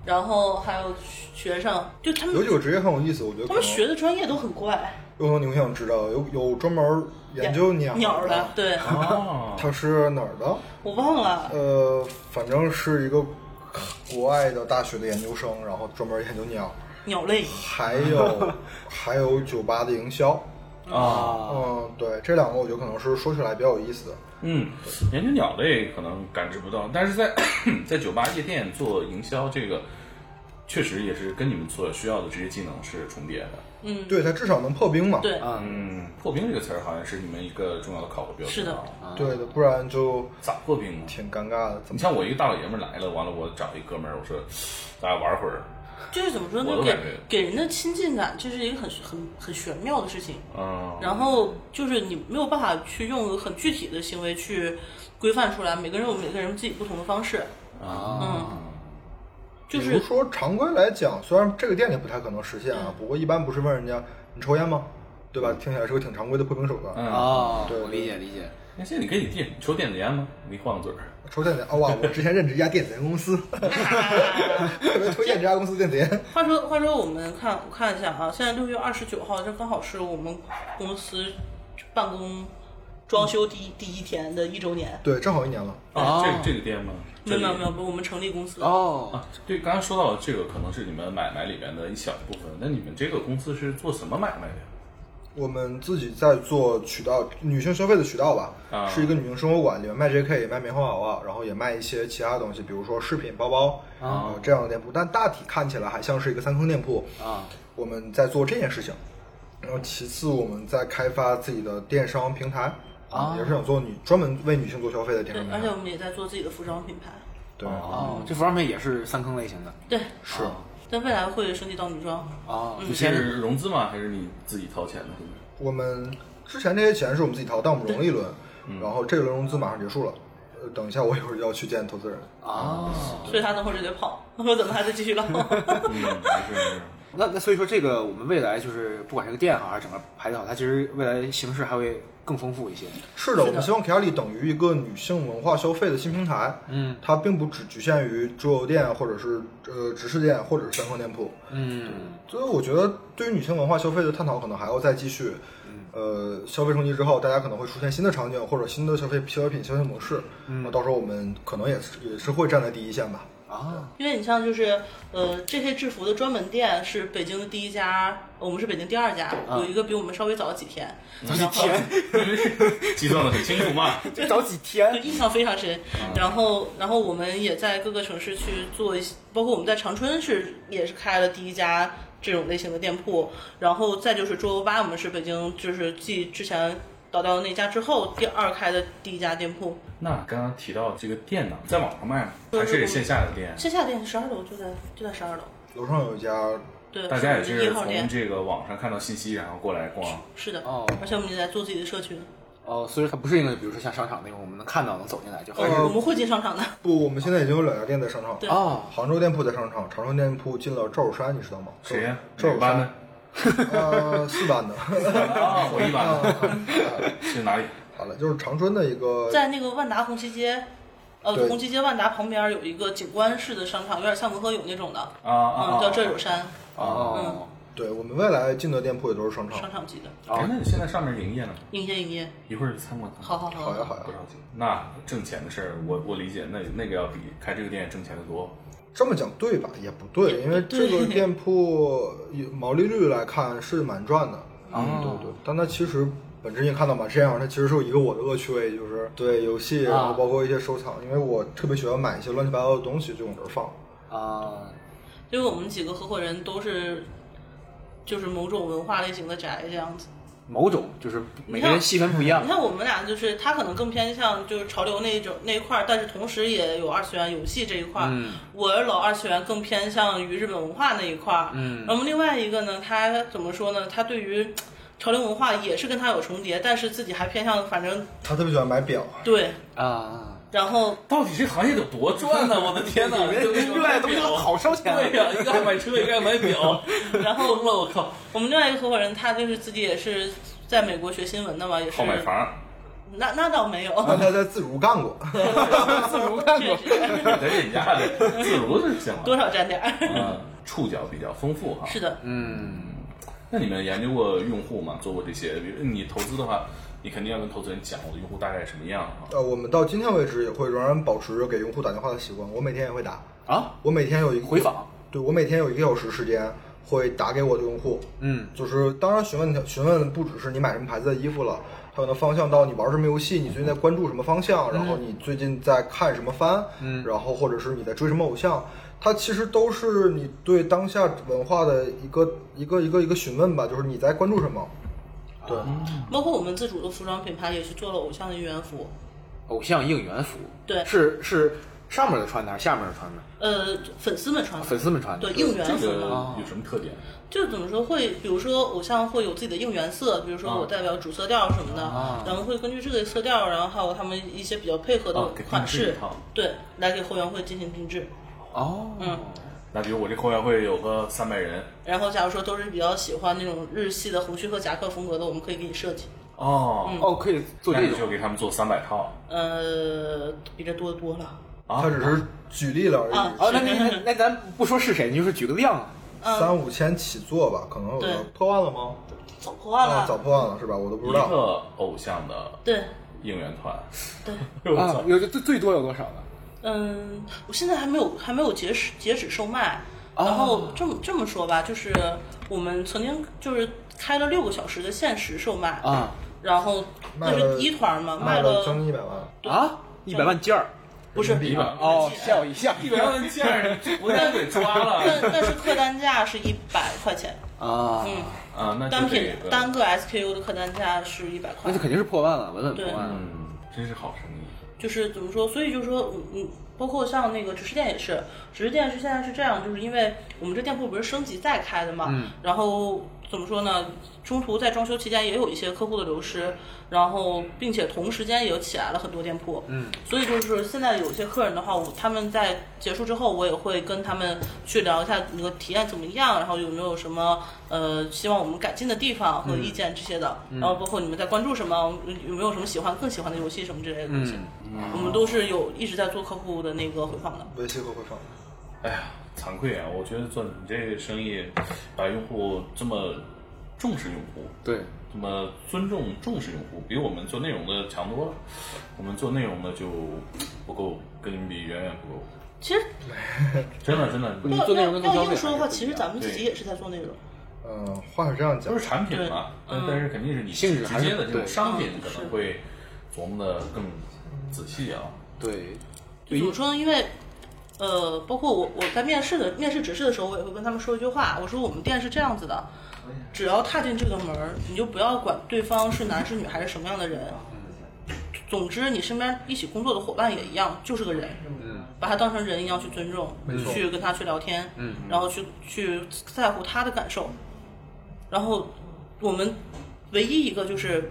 Speaker 4: 然后还有学生，就他们
Speaker 2: 有几个职业很有意思，我觉得
Speaker 4: 他
Speaker 2: 可
Speaker 4: 们
Speaker 2: 能
Speaker 4: 学的专业都很怪，
Speaker 2: 有可能你会想知道，有有专门研究鸟啊
Speaker 4: 鸟儿的，，对，
Speaker 6: 哦，
Speaker 2: 他是哪儿的？
Speaker 4: 我忘了，
Speaker 2: 呃，反正是一个国外的大学的研究生，然后专门研究鸟，
Speaker 4: 鸟类，
Speaker 2: 还 有还有酒吧的营销。
Speaker 3: 啊，
Speaker 2: 嗯，对，这两个我觉得可能是说起来比较有意思的。
Speaker 6: 嗯，研究鸟类可能感知不到，但是在
Speaker 4: 嗯
Speaker 6: 嗯在酒吧夜店做营销这个，确实也是跟你们所需要的职业技能是重叠的。
Speaker 4: 嗯，
Speaker 2: 对，它至少能破冰嘛。
Speaker 4: 对，
Speaker 6: 嗯，破冰这个词儿好像是你们一个重要的考核标准。
Speaker 4: 是的
Speaker 6: 啊，
Speaker 2: 对的，不然就
Speaker 6: 咋破冰呢？
Speaker 2: 挺尴尬的。怎
Speaker 6: 你
Speaker 2: 么？
Speaker 6: 像我一个大老爷们儿来了，完了我找一哥们儿，我说咱俩玩会儿，
Speaker 4: 就是怎么说
Speaker 6: 我
Speaker 4: 呢，
Speaker 6: 都
Speaker 4: 给
Speaker 6: 感觉
Speaker 4: 给人的亲近感，这是一个很很很玄妙的事情。
Speaker 6: 嗯，
Speaker 4: 然后就是你没有办法去用很具体的行为去规范出来，每个人有每个人自己不同的方式，嗯，就
Speaker 2: 比
Speaker 4: 是
Speaker 2: 如说常规来讲，虽然这个店里不太可能实现
Speaker 4: 嗯
Speaker 2: 啊，不过一般不是问人家你抽烟吗？对吧？听起来是个挺常规的破冰手段。
Speaker 6: 嗯，
Speaker 3: 哦，
Speaker 2: 对
Speaker 3: 我理解理解，
Speaker 6: 那现在你跟你弟你抽电子烟吗？你换个嘴儿，
Speaker 2: 抽电子烟，哦哇！我之前任职一家电子烟公 司，特别推荐这家公司电子烟。
Speaker 4: 话说，话说，我们看我看一下啊，现在六月二十九号，这刚好是我们公司办公装修第一第一天的一周年。
Speaker 2: 对，正好一年了。
Speaker 6: 啊，
Speaker 3: 哦
Speaker 6: 这个这个店吗？
Speaker 4: 没有没有没
Speaker 6: 有。
Speaker 4: 有，我们成立公司了。
Speaker 3: 哦，
Speaker 6: 啊，对，刚刚说到这个，可能是你们买卖里面的一小部分。那你们这个公司是做什么买卖的呀？
Speaker 2: 我们自己在做渠道，女性消费的渠道吧，
Speaker 6: 啊
Speaker 2: 是一个女性生活馆，里面卖 JK，也卖棉花娃娃，然后也卖一些其他东西，比如说饰品、包包
Speaker 3: 啊
Speaker 2: 呃这样的店铺。但大体看起来还像是一个三坑店铺。
Speaker 3: 啊，
Speaker 2: 我们在做这件事情，然后其次我们在开发自己的电商平台，
Speaker 3: 啊哎
Speaker 2: 也是想做女专门为女性做消费的电
Speaker 4: 对
Speaker 2: 商，平
Speaker 4: 而且
Speaker 2: 台
Speaker 4: 我。们也在做自己的服装品牌。
Speaker 2: 对，
Speaker 3: 哦，啊这方面也是三坑类型的，
Speaker 4: 对，
Speaker 2: 是
Speaker 4: 但未来会升级到女装。
Speaker 3: 哦，就
Speaker 6: 你
Speaker 3: 先
Speaker 6: 是融资吗？还是你自己掏钱的？现在
Speaker 2: 我们之前这些钱是我们自己掏，但我们融了一轮，
Speaker 3: 嗯
Speaker 2: 然后这一轮融资马上结束了。呃，等一下，我一会儿要去见投资人。
Speaker 3: 啊，
Speaker 4: 所以他等会儿就得跑，我怎么还得继续唠？
Speaker 6: 嗯，没事没事。
Speaker 3: 那那所以说这个我们未来就是不管这个店好啊还是整个牌子好，它其实未来形式还会更丰富一些，
Speaker 2: 是的，我们希望 k a l i 等于一个女性文化消费的新平台。
Speaker 3: 嗯，
Speaker 2: 它并不只局限于桌游店，或者是呃直视店，或者是三坑店铺。
Speaker 3: 嗯，
Speaker 2: 所以我觉得，对于女性文化消费的探讨，可能还要再继续。呃，消费升级之后，大家可能会出现新的场景或者新的消费消费品消费模式。嗯，到时候我们可能也是也是会站在第一线吧。
Speaker 3: 啊，
Speaker 4: 因为你像就是呃这些制服的专门店是北京的第一家，我们是北京第二家，有一个比我们稍微早了几天，
Speaker 3: 早几天，
Speaker 6: 计算的很清楚嘛。
Speaker 3: 这早几
Speaker 4: 就
Speaker 3: 天，
Speaker 4: 印象非常深。然后，然后我们也在各个城市去做一些，包括我们在长春是也是开了第一家这种类型的店铺。然后再就是桌游吧，我们是北京就是继之前倒掉的那家之后，第二开的第一家店铺。
Speaker 6: 那刚刚提到这个店呢，在网上卖吗？还是线下的店？
Speaker 4: 线下店十二楼就在就在十二楼，
Speaker 2: 楼上有一家
Speaker 4: 对，
Speaker 6: 大家也
Speaker 4: 是我们
Speaker 6: 是
Speaker 4: 一号
Speaker 6: 从
Speaker 4: 店，
Speaker 6: 这个网上看到信息，然后过来逛。
Speaker 4: 是的，
Speaker 3: 哦
Speaker 4: 而且我们也在做自己的社群，
Speaker 3: 哦，所以它不是一个，比如说像商场那种我们能看到能走进来就还是
Speaker 4: 呃我们会进商场的，
Speaker 2: 不，我们现在已经有两家店在商场。
Speaker 4: 对
Speaker 3: 哦，
Speaker 2: 杭州店铺在商场，长春店铺进了赵守山，你知道吗？
Speaker 6: 谁呀？
Speaker 2: 赵
Speaker 6: 哪
Speaker 2: 守
Speaker 6: 个班的
Speaker 2: 山，？呃，四班 的。
Speaker 6: 啊，我一班的。 是哪里？
Speaker 2: 好了，就是长春的一
Speaker 6: 呃
Speaker 2: 个，
Speaker 4: 在那个万达红旗街，呃，
Speaker 2: 对
Speaker 4: 红旗街万达旁边有一个景观式的商场，有点像文和友那种的，
Speaker 6: 啊啊
Speaker 4: 嗯，
Speaker 6: 啊！
Speaker 4: 叫这有山
Speaker 3: 哦，
Speaker 2: 对我们未来进的店铺也都是商场
Speaker 4: 商。场级的，
Speaker 6: 哎，那你现在上面营业呢？
Speaker 4: 营业营业，
Speaker 6: 一会儿参观参观。
Speaker 4: 好好
Speaker 2: 好呀
Speaker 4: 好，
Speaker 2: 好呀
Speaker 6: 不，着急，那挣钱的事儿，我我理解，那那个要比开这个店挣钱的多。
Speaker 2: 这么讲对吧？也不对，因为这个店铺以毛利率来看是蛮赚的。嗯，对对，但它其实。本质你看到嘛，这样它其实是有一个我的恶趣味，就是对游戏，然后包括一些收藏，因为我特别喜欢买一些乱七八糟的东西就往这儿放。
Speaker 3: 啊，
Speaker 4: 因为我们几个合伙人都是。就是某种文化类型的宅这样子，
Speaker 3: 某种就是每个人细分不一样
Speaker 4: 你，看我们俩就是他可能更偏向就是潮流那一种那一块儿，但是同时也有二次元游戏这一块儿。
Speaker 3: 嗯
Speaker 4: 我老二次元更偏向于日本文化那一块儿。
Speaker 3: 嗯
Speaker 4: 那么另外一个呢，他怎么说呢？他对于潮流文化也是跟他有重叠，但是自己还偏向反正
Speaker 2: 他特别喜欢买表，
Speaker 4: 对，
Speaker 3: 啊，
Speaker 4: 然后
Speaker 6: 到底这行业得多赚 呢？我的天哪！
Speaker 3: 热爱东西好烧钱啊，
Speaker 6: 对呀、一个爱买车，一个爱买 表，
Speaker 4: 然后
Speaker 6: 疯了！我靠，
Speaker 4: 我们另外一个合伙人，他就是自己也是在美国学新闻的嘛，也是
Speaker 6: 好买房，
Speaker 4: 那那 倒没有，
Speaker 2: 但他在自如干过。
Speaker 3: 自如看
Speaker 4: 确
Speaker 3: 过，
Speaker 4: 实
Speaker 6: 在人家的自如是行了。
Speaker 4: 多少沾点儿。
Speaker 6: 嗯，触角比较丰富哈。
Speaker 4: 是的，
Speaker 3: 嗯，
Speaker 6: 那你们研究过用户吗？做过这些，比如你投资的话，你肯定要跟投资人讲我的用户大概什么样啊。
Speaker 2: 呃，我们到今天为止也会仍然保持着给用户打电话的习惯，我每天也会打。
Speaker 3: 啊，
Speaker 2: 我每天有一个
Speaker 3: 回访，
Speaker 2: 对我每天有一个小时时间会打给我的用户，
Speaker 3: 嗯
Speaker 2: 就是当然询问他询问不只是你买什么牌子的衣服了，还有那方向到你玩什么游戏，你最近在关注什么方向，然后你最近在看什么番，嗯，然后或者是你在追什么偶像，它其实都是你对当下文化的一个一个一个一个询问吧，就是你在关注什么。对，
Speaker 4: 包括我们自主的服装品牌也是做了偶像的应援服。
Speaker 3: 偶像应援服，
Speaker 4: 对
Speaker 3: 是是上面的穿的还是下面的穿的？
Speaker 4: 呃，粉丝们穿
Speaker 6: 啊
Speaker 4: 的，
Speaker 3: 粉丝们穿的，
Speaker 4: 对应援
Speaker 6: 这
Speaker 4: 服嘛，
Speaker 6: 个有什么特点？
Speaker 4: 就怎么说会，比如说偶像会有自己的应援色，比如
Speaker 6: 啊
Speaker 4: 说我代表主色调什么的，
Speaker 3: 啊
Speaker 4: 然后会根据这个色调，然后还有他们一些比较配合的
Speaker 6: 啊给他们
Speaker 4: 款
Speaker 6: 制
Speaker 4: 式
Speaker 6: 一，套
Speaker 4: 对，来给后援会进行嗯定制。
Speaker 3: 哦，
Speaker 6: 那比如我这后援会有个三百人
Speaker 4: 然后假如说都是比较喜欢那种日系的横须贺夹克风格的，我们可以给你设计。
Speaker 6: 哦，
Speaker 3: 哦，可以做
Speaker 6: 那
Speaker 3: 这
Speaker 6: 你就
Speaker 3: 种，
Speaker 6: 给他们做三百套
Speaker 4: 呃，比这多得多了。
Speaker 6: 啊
Speaker 2: 它只是举例了而已。
Speaker 4: 啊
Speaker 3: 哦，那那那那咱不说是谁，你就是举个量，啊
Speaker 4: 嗯
Speaker 2: 三五千起做吧，可能有
Speaker 4: 啊对
Speaker 2: 的破万了吗？
Speaker 4: 早破案了，
Speaker 2: 啊，早破万了是吧？我都不
Speaker 6: 一
Speaker 2: 知道。
Speaker 6: 个偶像的
Speaker 4: 对
Speaker 6: 应援团。
Speaker 4: 对，
Speaker 6: 我
Speaker 3: 啊
Speaker 6: 操，
Speaker 3: 有最最多有多少呢？
Speaker 4: 嗯，我现在还没有还没有截止截止售卖。
Speaker 3: 哦
Speaker 4: 然后这么这么说吧，就是我们曾经就是开了六个小时的限时售卖，
Speaker 3: 啊
Speaker 4: 然后那
Speaker 2: 卖了
Speaker 4: 是一团嘛，卖
Speaker 2: 卖
Speaker 4: 了
Speaker 2: 将近一百万，
Speaker 3: 啊，一百万件儿，
Speaker 4: 不是
Speaker 6: 一百
Speaker 3: 哦，吓我一下
Speaker 6: 一百万件儿，国家给抓
Speaker 4: 但
Speaker 6: 了
Speaker 4: 但是客单价是一百块钱，
Speaker 3: 啊，
Speaker 4: 嗯，
Speaker 6: 啊！那
Speaker 4: 单
Speaker 6: 就
Speaker 4: 品
Speaker 6: 得呃
Speaker 4: 单个 SKU 的客单价是一百
Speaker 3: 那
Speaker 4: 块
Speaker 3: 就，肯定是破万了，稳稳破万了，
Speaker 6: 嗯，真是好生意。
Speaker 4: 就是怎么说？所以就是说，嗯嗯，包括像那个直食店也是，直食店是现在是这样，就是因为我们这店铺不是升级再开的嘛，
Speaker 3: 嗯
Speaker 4: 然后怎么说呢？中途在装修期间也有一些客户的流失，然后并且同时间也有起来了很多店铺，
Speaker 3: 嗯，
Speaker 4: 所以就是现在有些客人的话，我他们在结束之后，我也会跟他们去聊一下你的体验怎么样，然后有没有什么呃希望我们改进的地方
Speaker 3: 嗯
Speaker 4: 和意见这些的，然后包括你们在关注什么，有没有什么喜欢更喜欢的游戏什么之类的
Speaker 3: 嗯
Speaker 4: 东西，我们都是有一直在做客户的那个回访的。
Speaker 2: 微信和回访。
Speaker 6: 哎呀，惭愧啊！我觉得做你这个生意，把用户这么重视用户，
Speaker 3: 对，
Speaker 6: 这么尊重重视用户，比我们做内容的强多了。我们做内容的就不够，跟你们比远远不够。
Speaker 4: 其实
Speaker 6: 真的真的，
Speaker 3: 你
Speaker 4: 要
Speaker 3: 嗯做内容
Speaker 4: 要
Speaker 3: 跟做消
Speaker 4: 要
Speaker 3: 费
Speaker 4: 硬说的话，
Speaker 3: 还是不
Speaker 4: 其
Speaker 3: 一样
Speaker 4: 实咱们自己
Speaker 6: 对
Speaker 4: 也是在做内容，
Speaker 2: 嗯，话是这样讲
Speaker 6: 都，是产品嘛，但但是肯定是你
Speaker 3: 性质
Speaker 6: 直
Speaker 3: 还是
Speaker 6: 接的这种
Speaker 3: 对
Speaker 6: 商品
Speaker 4: 嗯
Speaker 6: 可
Speaker 4: 是
Speaker 6: 能会琢磨的更仔细啊。
Speaker 3: 对，
Speaker 4: 就怎么说呢？因为呃，包括我我在面试的面试指示的时候，我也会跟他们说一句话，我说我们店是这样子的，只要踏进这个门儿，你就不要管对方是男是女还是什么样的人，总之你身边一起工作的伙伴也一样，就是个人，
Speaker 3: 嗯
Speaker 4: 把他当成人一样去尊重，去跟他去聊天，然后去去在乎他的感受，然后我们唯一一个就是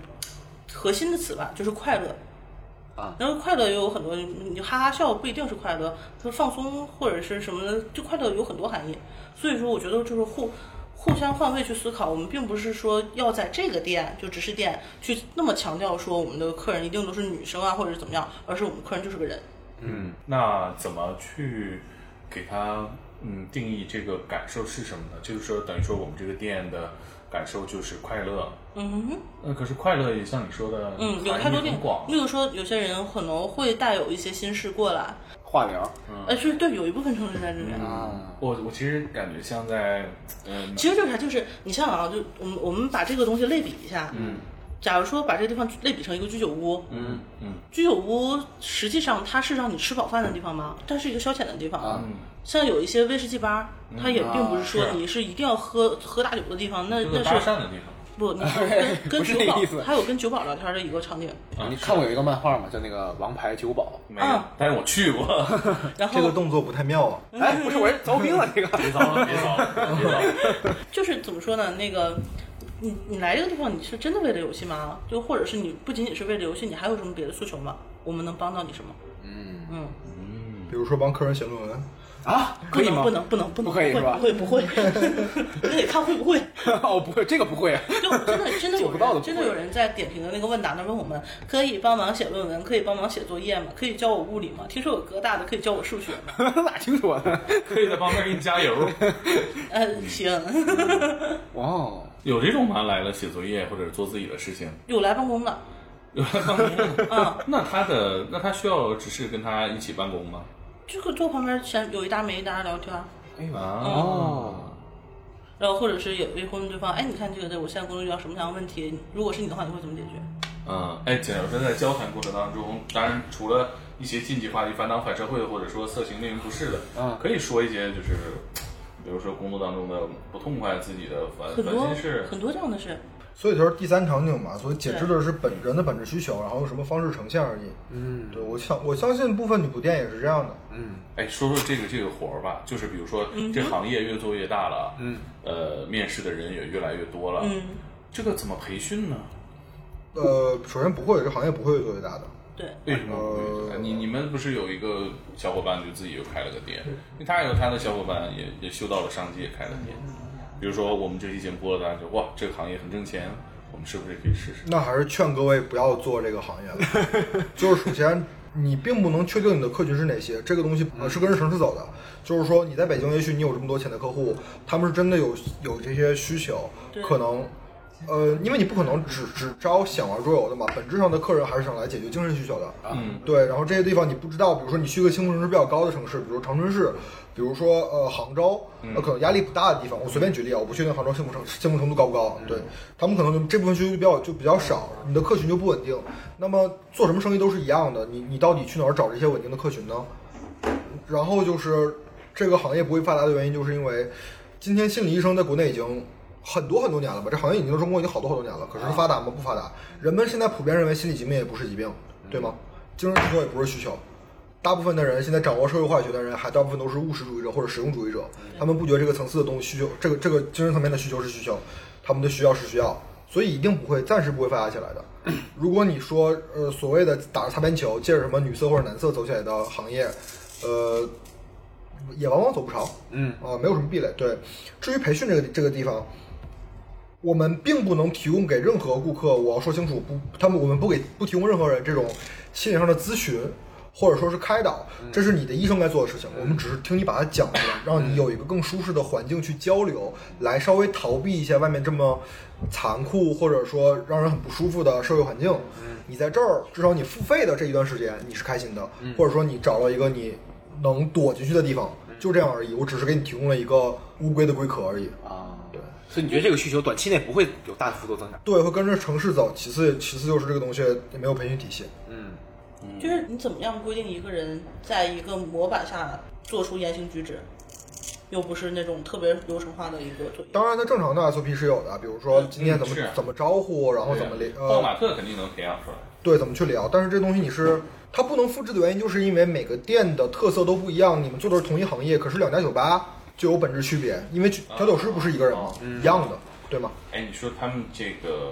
Speaker 4: 核心的词吧，就是快乐。
Speaker 3: 啊，
Speaker 4: 然后快乐有很多，你哈哈笑不一定是快乐，它放松或者是什么的，就快乐有很多含义。所以说，我觉得就是互互相换位去思考，我们并不是说要在这个店就只是店去那么强调说我们的客人一定都是女生啊，或者是怎么样，而是我们客人就是个人。
Speaker 6: 嗯，那怎么去给他嗯定义这个感受是什么呢？就是说，等于说我们这个店的感受就是快乐。
Speaker 4: 嗯哼。
Speaker 6: 那可是快乐也像你说的，
Speaker 4: 嗯，有
Speaker 6: 含义
Speaker 4: 太多
Speaker 6: 很
Speaker 4: 变
Speaker 6: 广。
Speaker 4: 例如说，有些人可能会带有一些心事过来，
Speaker 3: 化疗
Speaker 4: 呃，就是对，有一部分成分在这里面。
Speaker 3: 啊，
Speaker 6: 我我其实感觉像在嗯
Speaker 4: 其实就是啥，就是你像啊，就我们我们把这个东西类比一下，嗯，假如说把这个地方类比成一个居酒屋，嗯
Speaker 6: 嗯，
Speaker 4: 居酒屋实际上它是让你吃饱饭的地方吗？它是一个消遣的地方。
Speaker 3: 啊
Speaker 4: 像有一些威士忌吧，它也并不是说
Speaker 6: 啊是
Speaker 4: 你是一定要喝喝大酒的地方，那
Speaker 6: 就是
Speaker 4: 那
Speaker 6: 搭
Speaker 4: 是
Speaker 6: 讪的地方。
Speaker 4: 不，你还有跟跟
Speaker 3: 不是
Speaker 4: 酒
Speaker 3: 那
Speaker 4: 保
Speaker 3: 意思，啊
Speaker 4: 还有跟酒保聊天的一个场景。
Speaker 3: 你看过有一个漫画吗？叫那个《王牌酒保
Speaker 6: 没有，
Speaker 4: 啊
Speaker 6: 但是我去过。
Speaker 4: 然后
Speaker 2: 这个动作不太妙啊。》。
Speaker 3: 哎，不是，我是凿冰了这个。
Speaker 6: 别糟了，别糟了，别糟了。
Speaker 4: 就是怎么说呢？那个，你你来这个地方，你是真的为了游戏吗？就或者是你不仅仅是为了游戏，你还有什么别的诉求吗？我们能帮到你什么？嗯嗯，
Speaker 2: 比如说帮客人写论文，
Speaker 3: 啊，
Speaker 4: 不
Speaker 3: 可以
Speaker 4: 能
Speaker 3: 吗？
Speaker 4: 不能不能不能，
Speaker 3: 不可以
Speaker 4: 不
Speaker 3: 是吧
Speaker 4: 会不 会不会，你得看会不会。
Speaker 3: 哦，不会，这个不会。
Speaker 4: 就真的真的
Speaker 3: 做
Speaker 4: 有
Speaker 3: 不到的
Speaker 4: 人
Speaker 3: 不
Speaker 4: 真的
Speaker 3: 会
Speaker 4: 有人在点评的那个问答那问我们，可以帮忙写论文，可以帮忙写作业吗？可以教我物理吗？听说有哥大的可以教我数学吗？
Speaker 3: 哪清楚啊？
Speaker 6: 可以在旁边给你加油。
Speaker 4: 呃， 行，
Speaker 3: 哇哦，
Speaker 6: 有这种吗？来了写作业或者做自己的事情，
Speaker 4: 有来办公的，
Speaker 6: 那他的那他需要只是跟他一起办公吗？
Speaker 4: 这个坐旁边全有一搭没一搭聊天儿。
Speaker 3: 哎呀，
Speaker 4: 啊
Speaker 6: 哦，
Speaker 4: 然后或者是也未婚对方，哎，你看这个对我现在工作遇到什么样的问题？如果是你的话，你会怎么解决？啊
Speaker 6: 嗯，哎，假如说在交谈过程当中，当然除了一些禁忌话题、反党、反社会或者说色情、令人不适的，
Speaker 4: 啊
Speaker 3: 嗯
Speaker 6: 可以说一些就是，比如说工作当中的不痛快、自己的烦
Speaker 4: 很多
Speaker 6: 呃烦心事。
Speaker 4: 很多这样的事，
Speaker 2: 所以就是第三场景嘛，所以解释的是本人的本质需求，然后用什么方式呈现而已。嗯，对我想我相信部分女仆店也是这样的。
Speaker 4: 嗯
Speaker 6: 哎，说说这个这个活儿吧，就是比如说这行业越做越大了，嗯，呃，面试的人也越来越多了，
Speaker 4: 嗯，
Speaker 6: 这个怎么培训呢？
Speaker 2: 呃，首先不会，这行业不会做最大的。
Speaker 4: 对，
Speaker 6: 为什么不会？啊你你们不是有一个小伙伴就自己又开了个店，他有他的小伙伴也也嗅到了商机，也开了店。比如说我们这期节目播了，大家就哇，这个行业很挣钱，我们是不是也可以试试？
Speaker 2: 那还是劝各位不要做这个行业了。就是首先，你并不能确定你的客群是哪些，这个东西呃是跟着城市走的。就是说，你在北京，也许你有这么多潜在客户，他们是真的有有这些需求，可能。呃，因为你不可能只只招想玩桌游的嘛，本质上的客人还是想来解决精神需求的。嗯，对。然后这些地方你不知道，比如说你去一个轻度城市比较高的城市，比如长春市，比如说呃杭州，呃可能压力不大的地方，我随便举例啊，我不确定杭州幸福程幸福程度高不高，对他们可能就这部分需求就比较就比较少，你的客群就不稳定。那么做什么生意都是一样的，你你到底去哪儿找这些稳定的客群呢？然后就是这个行业不会发达的原因，就是因为今天心理医生在国内已经很多很多年了吧，这行业已经在中国已经好多好多年了，可是发达吗？不发达。人们现在普遍认为心理疾病也不是疾病，对吗？精神需求也不是需求。大部分的人现在掌握社会化学的人，还大部分都是务实主义者或者实用主义者，他们不觉得这个层次的东西需求，这个这个精神层面的需求是需求，他们的需要是需要，所以一定不会暂时不会发达起来的。如果你说呃所谓的打着擦边球，借着什么女色或者男色走起来的行业，呃，也往往走不长，
Speaker 3: 嗯
Speaker 2: 啊、没有什么壁垒。对，至于培训这个这个地方，我们并不能提供给任何顾客，我要说清楚，不，他们我们不给不提供任何人这种心理上的咨询，或者说是开导，这是你的医生该做的事情。我们只是听你把它讲出来，让你有一个更舒适的环境去交流，来稍微逃避一下外面这么残酷或者说让人很不舒服的社会环境。你在这儿，至少你付费的这一段时间你是开心的，或者说你找到一个你能躲进去的地方，就这样而已。我只是给你提供了一个乌龟的龟壳而已。
Speaker 3: 啊，
Speaker 2: 对。
Speaker 3: 所以你觉得这个需求短期内不会有大幅度增长？
Speaker 2: 对，会跟着城市走。其次，其次就是这个东西也没有培训体系。
Speaker 3: 嗯，
Speaker 4: 就是你怎么样规定一个人在一个模板下做出言行举止，又不是那种特别流程化的一个作业。
Speaker 2: 当然，它正常的 SOP 是有的，比如说今天怎么
Speaker 6: 嗯是
Speaker 2: 怎么招呼，然后怎么
Speaker 6: 对
Speaker 2: 聊呃
Speaker 6: 呀，鲍马特肯定能培养出来。
Speaker 2: 对，怎么去聊。但是这东西你是它不能复制的原因，就是因为每个店的特色都不一样。你们做的是同一行业，可是两家酒吧就有本质区别，因为
Speaker 6: 啊
Speaker 2: 调酒师不是一个人嘛，
Speaker 6: 嗯
Speaker 2: 一样的，对吗？
Speaker 6: 哎，你说他们这个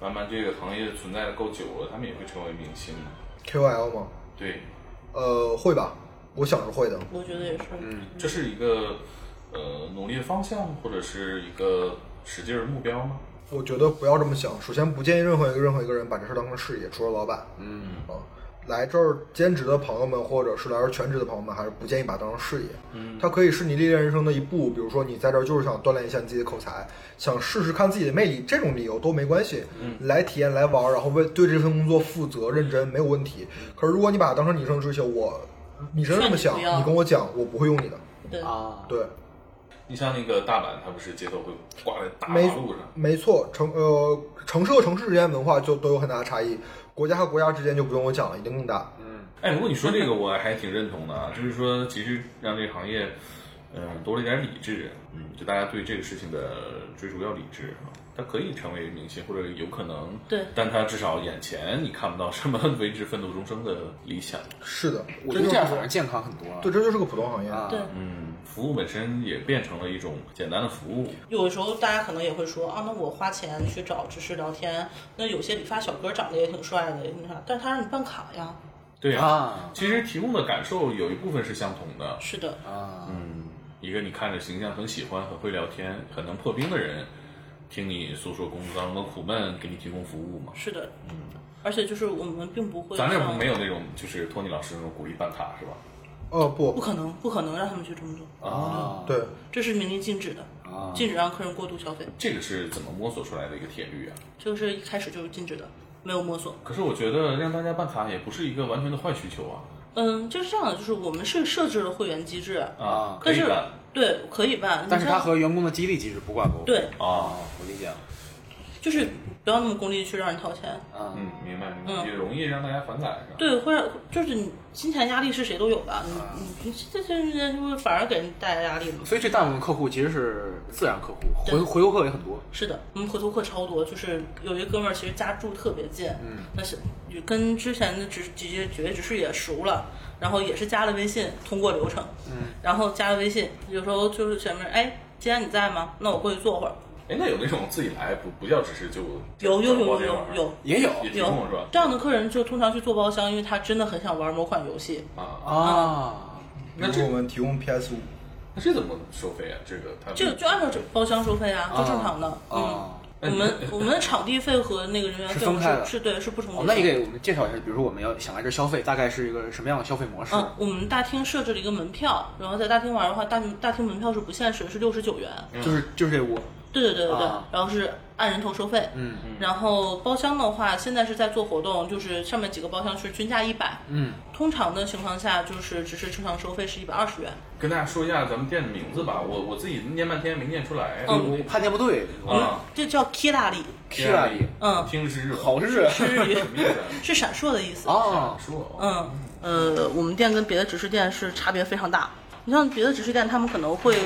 Speaker 6: 慢慢这个行业存在的够久了，他们也会成为明星吗？
Speaker 2: KOL 吗？
Speaker 6: 对，
Speaker 2: 呃，会吧，我想是会的。
Speaker 4: 我觉得也是，
Speaker 6: 这是一个呃努力的方向，或者是一个使劲儿的目标吗？
Speaker 2: 我觉得不要这么想。首先，不建议任何一个任何一个人把这事儿当成事业，除了老板。嗯啊，来这儿兼职的朋友们，或者是来这儿全职的朋友们，还是不建议把它当成事业。嗯，它可以是你历练人生的一步。比如说，你在这儿就是想锻炼一下你自己的口才，想试试看自己的魅力，这种理由都没关系。嗯，来体验，来玩儿，然后为对这份工作负责、认真，没有问题。可是，如果你把它当成你一生追求，我你真的这么想，
Speaker 4: 劝你不要
Speaker 2: 你跟我讲，我不会用你的。
Speaker 4: 对，
Speaker 3: 啊，
Speaker 2: 对，
Speaker 6: 你像那个大阪，它不是街头会挂在大马
Speaker 2: 没
Speaker 6: 路上，
Speaker 2: 没错，城呃城市和城市之间文化就都有很大的差异，国家和国家之间就不用我讲了，一定更大。
Speaker 6: 哎，不过你说这个我还挺认同的啊，就是说其实让这个行业，呃，多了一点理智，嗯，就大家对这个事情的追逐要理智啊。他可以成为明星，或者有可能，
Speaker 4: 对
Speaker 6: 但他至少眼前你看不到什么 为之奋斗终生的理想。
Speaker 2: 是的，
Speaker 3: 我
Speaker 2: 这
Speaker 3: 觉
Speaker 2: 就是
Speaker 3: 得这样反而健康很多了。
Speaker 2: 对，这就是个普通行业。
Speaker 3: 啊，
Speaker 4: 对
Speaker 6: 嗯，服务本身也变成了一种简单的服务，
Speaker 4: 有的时候大家可能也会说啊，那我花钱去找只是聊天，那有些理发小哥长得也挺帅的，那啥，但是他让你办卡呀，
Speaker 6: 对
Speaker 3: 啊
Speaker 6: 其实提供的感受有一部分是相同的，
Speaker 4: 是的，
Speaker 3: 啊，
Speaker 6: 嗯，一个你看着形象很喜欢、很会聊天、很能破冰的人，听你诉说工作当中的苦闷，给你提供服务嘛。
Speaker 4: 是的，而且就是我们并不会像，
Speaker 6: 嗯咱这没有那种就是托尼老师那种鼓励办卡是吧？
Speaker 2: 哦
Speaker 4: 不
Speaker 2: 不，
Speaker 4: 可能，不可能让他们去这么做，
Speaker 3: 啊，
Speaker 2: 对，
Speaker 4: 这是明令禁止的，禁止让客人过度消费，
Speaker 6: 这个是怎么摸索出来的一个铁律啊？
Speaker 4: 这个是一开始就是禁止的，没有摸索。
Speaker 6: 可是我觉得让大家办卡也不是一个完全的坏需求啊
Speaker 4: 嗯，就是这样的，就是我们是设置了会员机制，
Speaker 6: 啊，可
Speaker 4: 但
Speaker 6: 以
Speaker 4: 是
Speaker 6: 办
Speaker 4: 对可以办，
Speaker 3: 但是
Speaker 4: 你
Speaker 3: 它
Speaker 4: 像
Speaker 3: 和员工的激励机制不挂钩。
Speaker 4: 对，
Speaker 6: 啊，
Speaker 3: 啊，我理解了。
Speaker 4: 就是不要那么功利地去让人掏钱，
Speaker 3: 啊，
Speaker 6: 嗯，明白明白，也容易让大家反感是吧？
Speaker 4: 对，会让就是你金钱压力是谁都有的，你你你这些人就会反而给人带来压力了嘛。
Speaker 3: 所以这大部分客户其实是自然客户，
Speaker 4: 对
Speaker 3: 回回头客也很多。
Speaker 4: 是的，我们回头客超多，就是有一哥们儿其实家住特别近，嗯，那是跟之前的直几些几位执事也熟了，然后也是加了微信，通过流程，嗯，然后加了微信，有时候就是前面哎，今天你在吗？那我过去坐会儿，
Speaker 6: 哎，那有那种自己来不不叫只是就
Speaker 4: 有有
Speaker 6: 就
Speaker 4: 有
Speaker 6: 报这
Speaker 4: 有
Speaker 6: 玩意儿
Speaker 4: 有
Speaker 3: 也有
Speaker 6: 也提供
Speaker 4: 有
Speaker 6: 是吧？
Speaker 4: 这样的客人就通常去做包厢，因为他真的很想玩某款游戏，
Speaker 6: 啊，
Speaker 3: 啊，
Speaker 2: 那是我们提供 PS 五，
Speaker 6: 那这怎么收费啊？这个他们
Speaker 4: 就就按照这包厢收费啊，就正常的，嗯。
Speaker 3: 啊，
Speaker 4: 我们我们的场地费和那个人员费
Speaker 3: 是分
Speaker 4: 我们
Speaker 3: 开的
Speaker 4: 是是对是不重
Speaker 3: 哦
Speaker 4: 叠，的。
Speaker 3: 那你给我们介绍一下，比如说我们要想来这消费，大概是一个什么样的消费模式？
Speaker 4: 嗯，我们大厅设置了一个门票，然后在大厅玩的话，大大厅门票是不限时，是六十九元。
Speaker 3: 就是就是这五，
Speaker 4: 对对对对对，
Speaker 3: 啊
Speaker 4: 然后是按人头收费。
Speaker 3: 嗯
Speaker 4: 然后包厢的话，现在是在做活动，就是上面几个包厢是均价一百。
Speaker 3: 嗯，
Speaker 4: 通常的情况下，就是只是正常收费是一百二十元。
Speaker 6: 跟大家说一下咱们店的名字吧，我我自己念半天没念出来。
Speaker 4: 嗯
Speaker 3: 我怕念不对。
Speaker 6: 啊，
Speaker 4: 这叫 Kira 里，
Speaker 3: k i r a
Speaker 4: 嗯，
Speaker 6: 听着 E 是日文
Speaker 3: 好哦是
Speaker 4: 是日语
Speaker 6: 什么意思啊？
Speaker 4: 是闪烁的意思。
Speaker 3: 啊，
Speaker 6: 说
Speaker 4: 嗯，呃，我们店跟别的直食店是差别非常大。你像别的直食店，他们可能会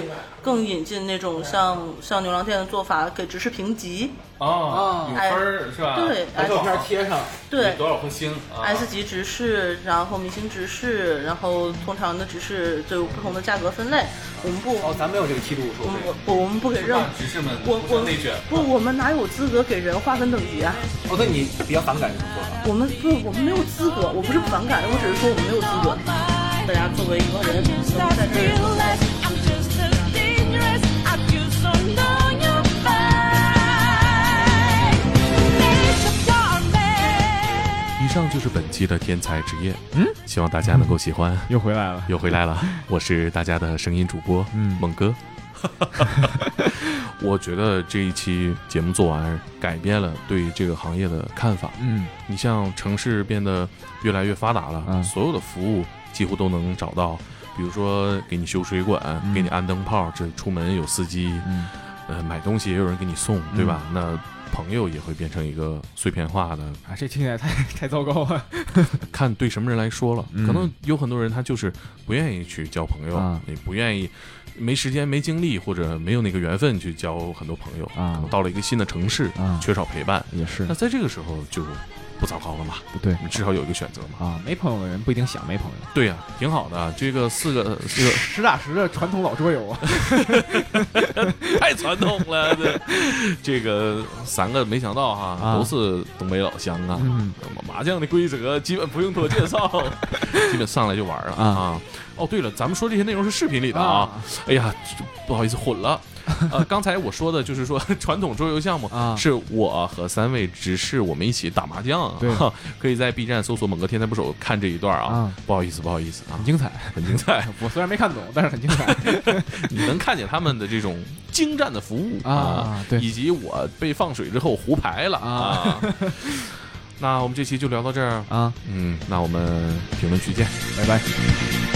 Speaker 4: 更引进那种像像牛郎店的做法，给直食评级，
Speaker 6: 啊，有
Speaker 4: 哎
Speaker 6: 分儿是吧？
Speaker 4: 对
Speaker 3: 把
Speaker 4: 哎
Speaker 6: 多
Speaker 3: 照片
Speaker 6: 少
Speaker 3: 贴上。
Speaker 4: 对
Speaker 6: 多少颗星啊？
Speaker 4: ，S 级直视，然后明星直视，然后通常的直视就有不同的价格分类。我们不，
Speaker 3: 哦，咱没有这个梯度
Speaker 4: 我
Speaker 3: 收
Speaker 4: 们
Speaker 3: 费。
Speaker 4: 我我们不给任
Speaker 6: 让，执事们
Speaker 4: 我
Speaker 6: 互
Speaker 4: 我
Speaker 6: 相内卷。
Speaker 4: 不，我们哪有资格给人划分等级啊？
Speaker 3: 哦，那你比较反感这种做法？
Speaker 4: 我们不，我们没有资格，我不是反感，我只是说我们没有资格。大家作为一个人，都在这儿。
Speaker 1: 以上就是本期的天才职业，嗯，希望大家能够喜
Speaker 6: 嗯
Speaker 1: 欢。
Speaker 5: 又回来了。
Speaker 1: 又回来了，我是大家的声音主播，
Speaker 5: 嗯
Speaker 1: 猛 哥。我觉得这一期节目做完，改变了对这个行业的看法。
Speaker 5: 嗯，
Speaker 1: 你像城市变得越来越发达了，
Speaker 5: 嗯
Speaker 1: 所有的服务几乎都能找到，比如说给你修水管，
Speaker 5: 嗯
Speaker 1: 给你安灯泡，这出门有司机，
Speaker 5: 嗯
Speaker 1: 呃，买东西也有人给你送，对吧？那朋友也会变成一个碎片化的，
Speaker 5: 啊，这听起来太太糟糕了
Speaker 1: 看对什么人来说了。可能有很多人他就是不愿意去交朋友，
Speaker 5: 嗯啊
Speaker 1: 也不愿意。没时间、没精力，或者没有那个缘分去交很多朋友
Speaker 5: 啊
Speaker 1: 可能到了一个新的城市，
Speaker 5: 啊，
Speaker 1: 缺少陪伴，
Speaker 5: 也是
Speaker 1: 那在这个时候就不糟糕了嘛，
Speaker 5: 不对
Speaker 1: 你至少有一个选择嘛。
Speaker 5: 啊，没朋友的人不一定想没朋友，
Speaker 1: 对呀、挺好的。啊这个四 个四个
Speaker 5: 实打实的传统老桌游啊，
Speaker 1: 太传统了，这 这个三个没想到哈，
Speaker 5: 啊
Speaker 1: 都是东北老乡啊。
Speaker 5: 嗯
Speaker 1: 麻将的规则基本不用多介绍， 基本上来就玩了
Speaker 5: 啊
Speaker 1: 啊。哦，对了，咱们说这些内容是视频里的啊。哎呀，这不好意思，混了。呃，刚才我说的就是说 传统桌游项目
Speaker 5: 啊
Speaker 1: 是我和三位执事我们一起打麻将啊
Speaker 5: 对，
Speaker 1: 可以在 B 站搜索“猛哥天才捕手”看这一段啊
Speaker 5: 啊。
Speaker 1: 不好意思，不好意思啊
Speaker 5: 很，精彩。
Speaker 1: 很精彩。
Speaker 5: 我虽然没看懂，但是很精 彩
Speaker 1: 你能看见他们的这种精湛的服务
Speaker 5: 啊对
Speaker 1: 以及我被放水之后胡牌 了啊。那我们这期就聊到这儿，
Speaker 5: 啊！
Speaker 1: 嗯，那我们评论区见。
Speaker 5: 拜拜。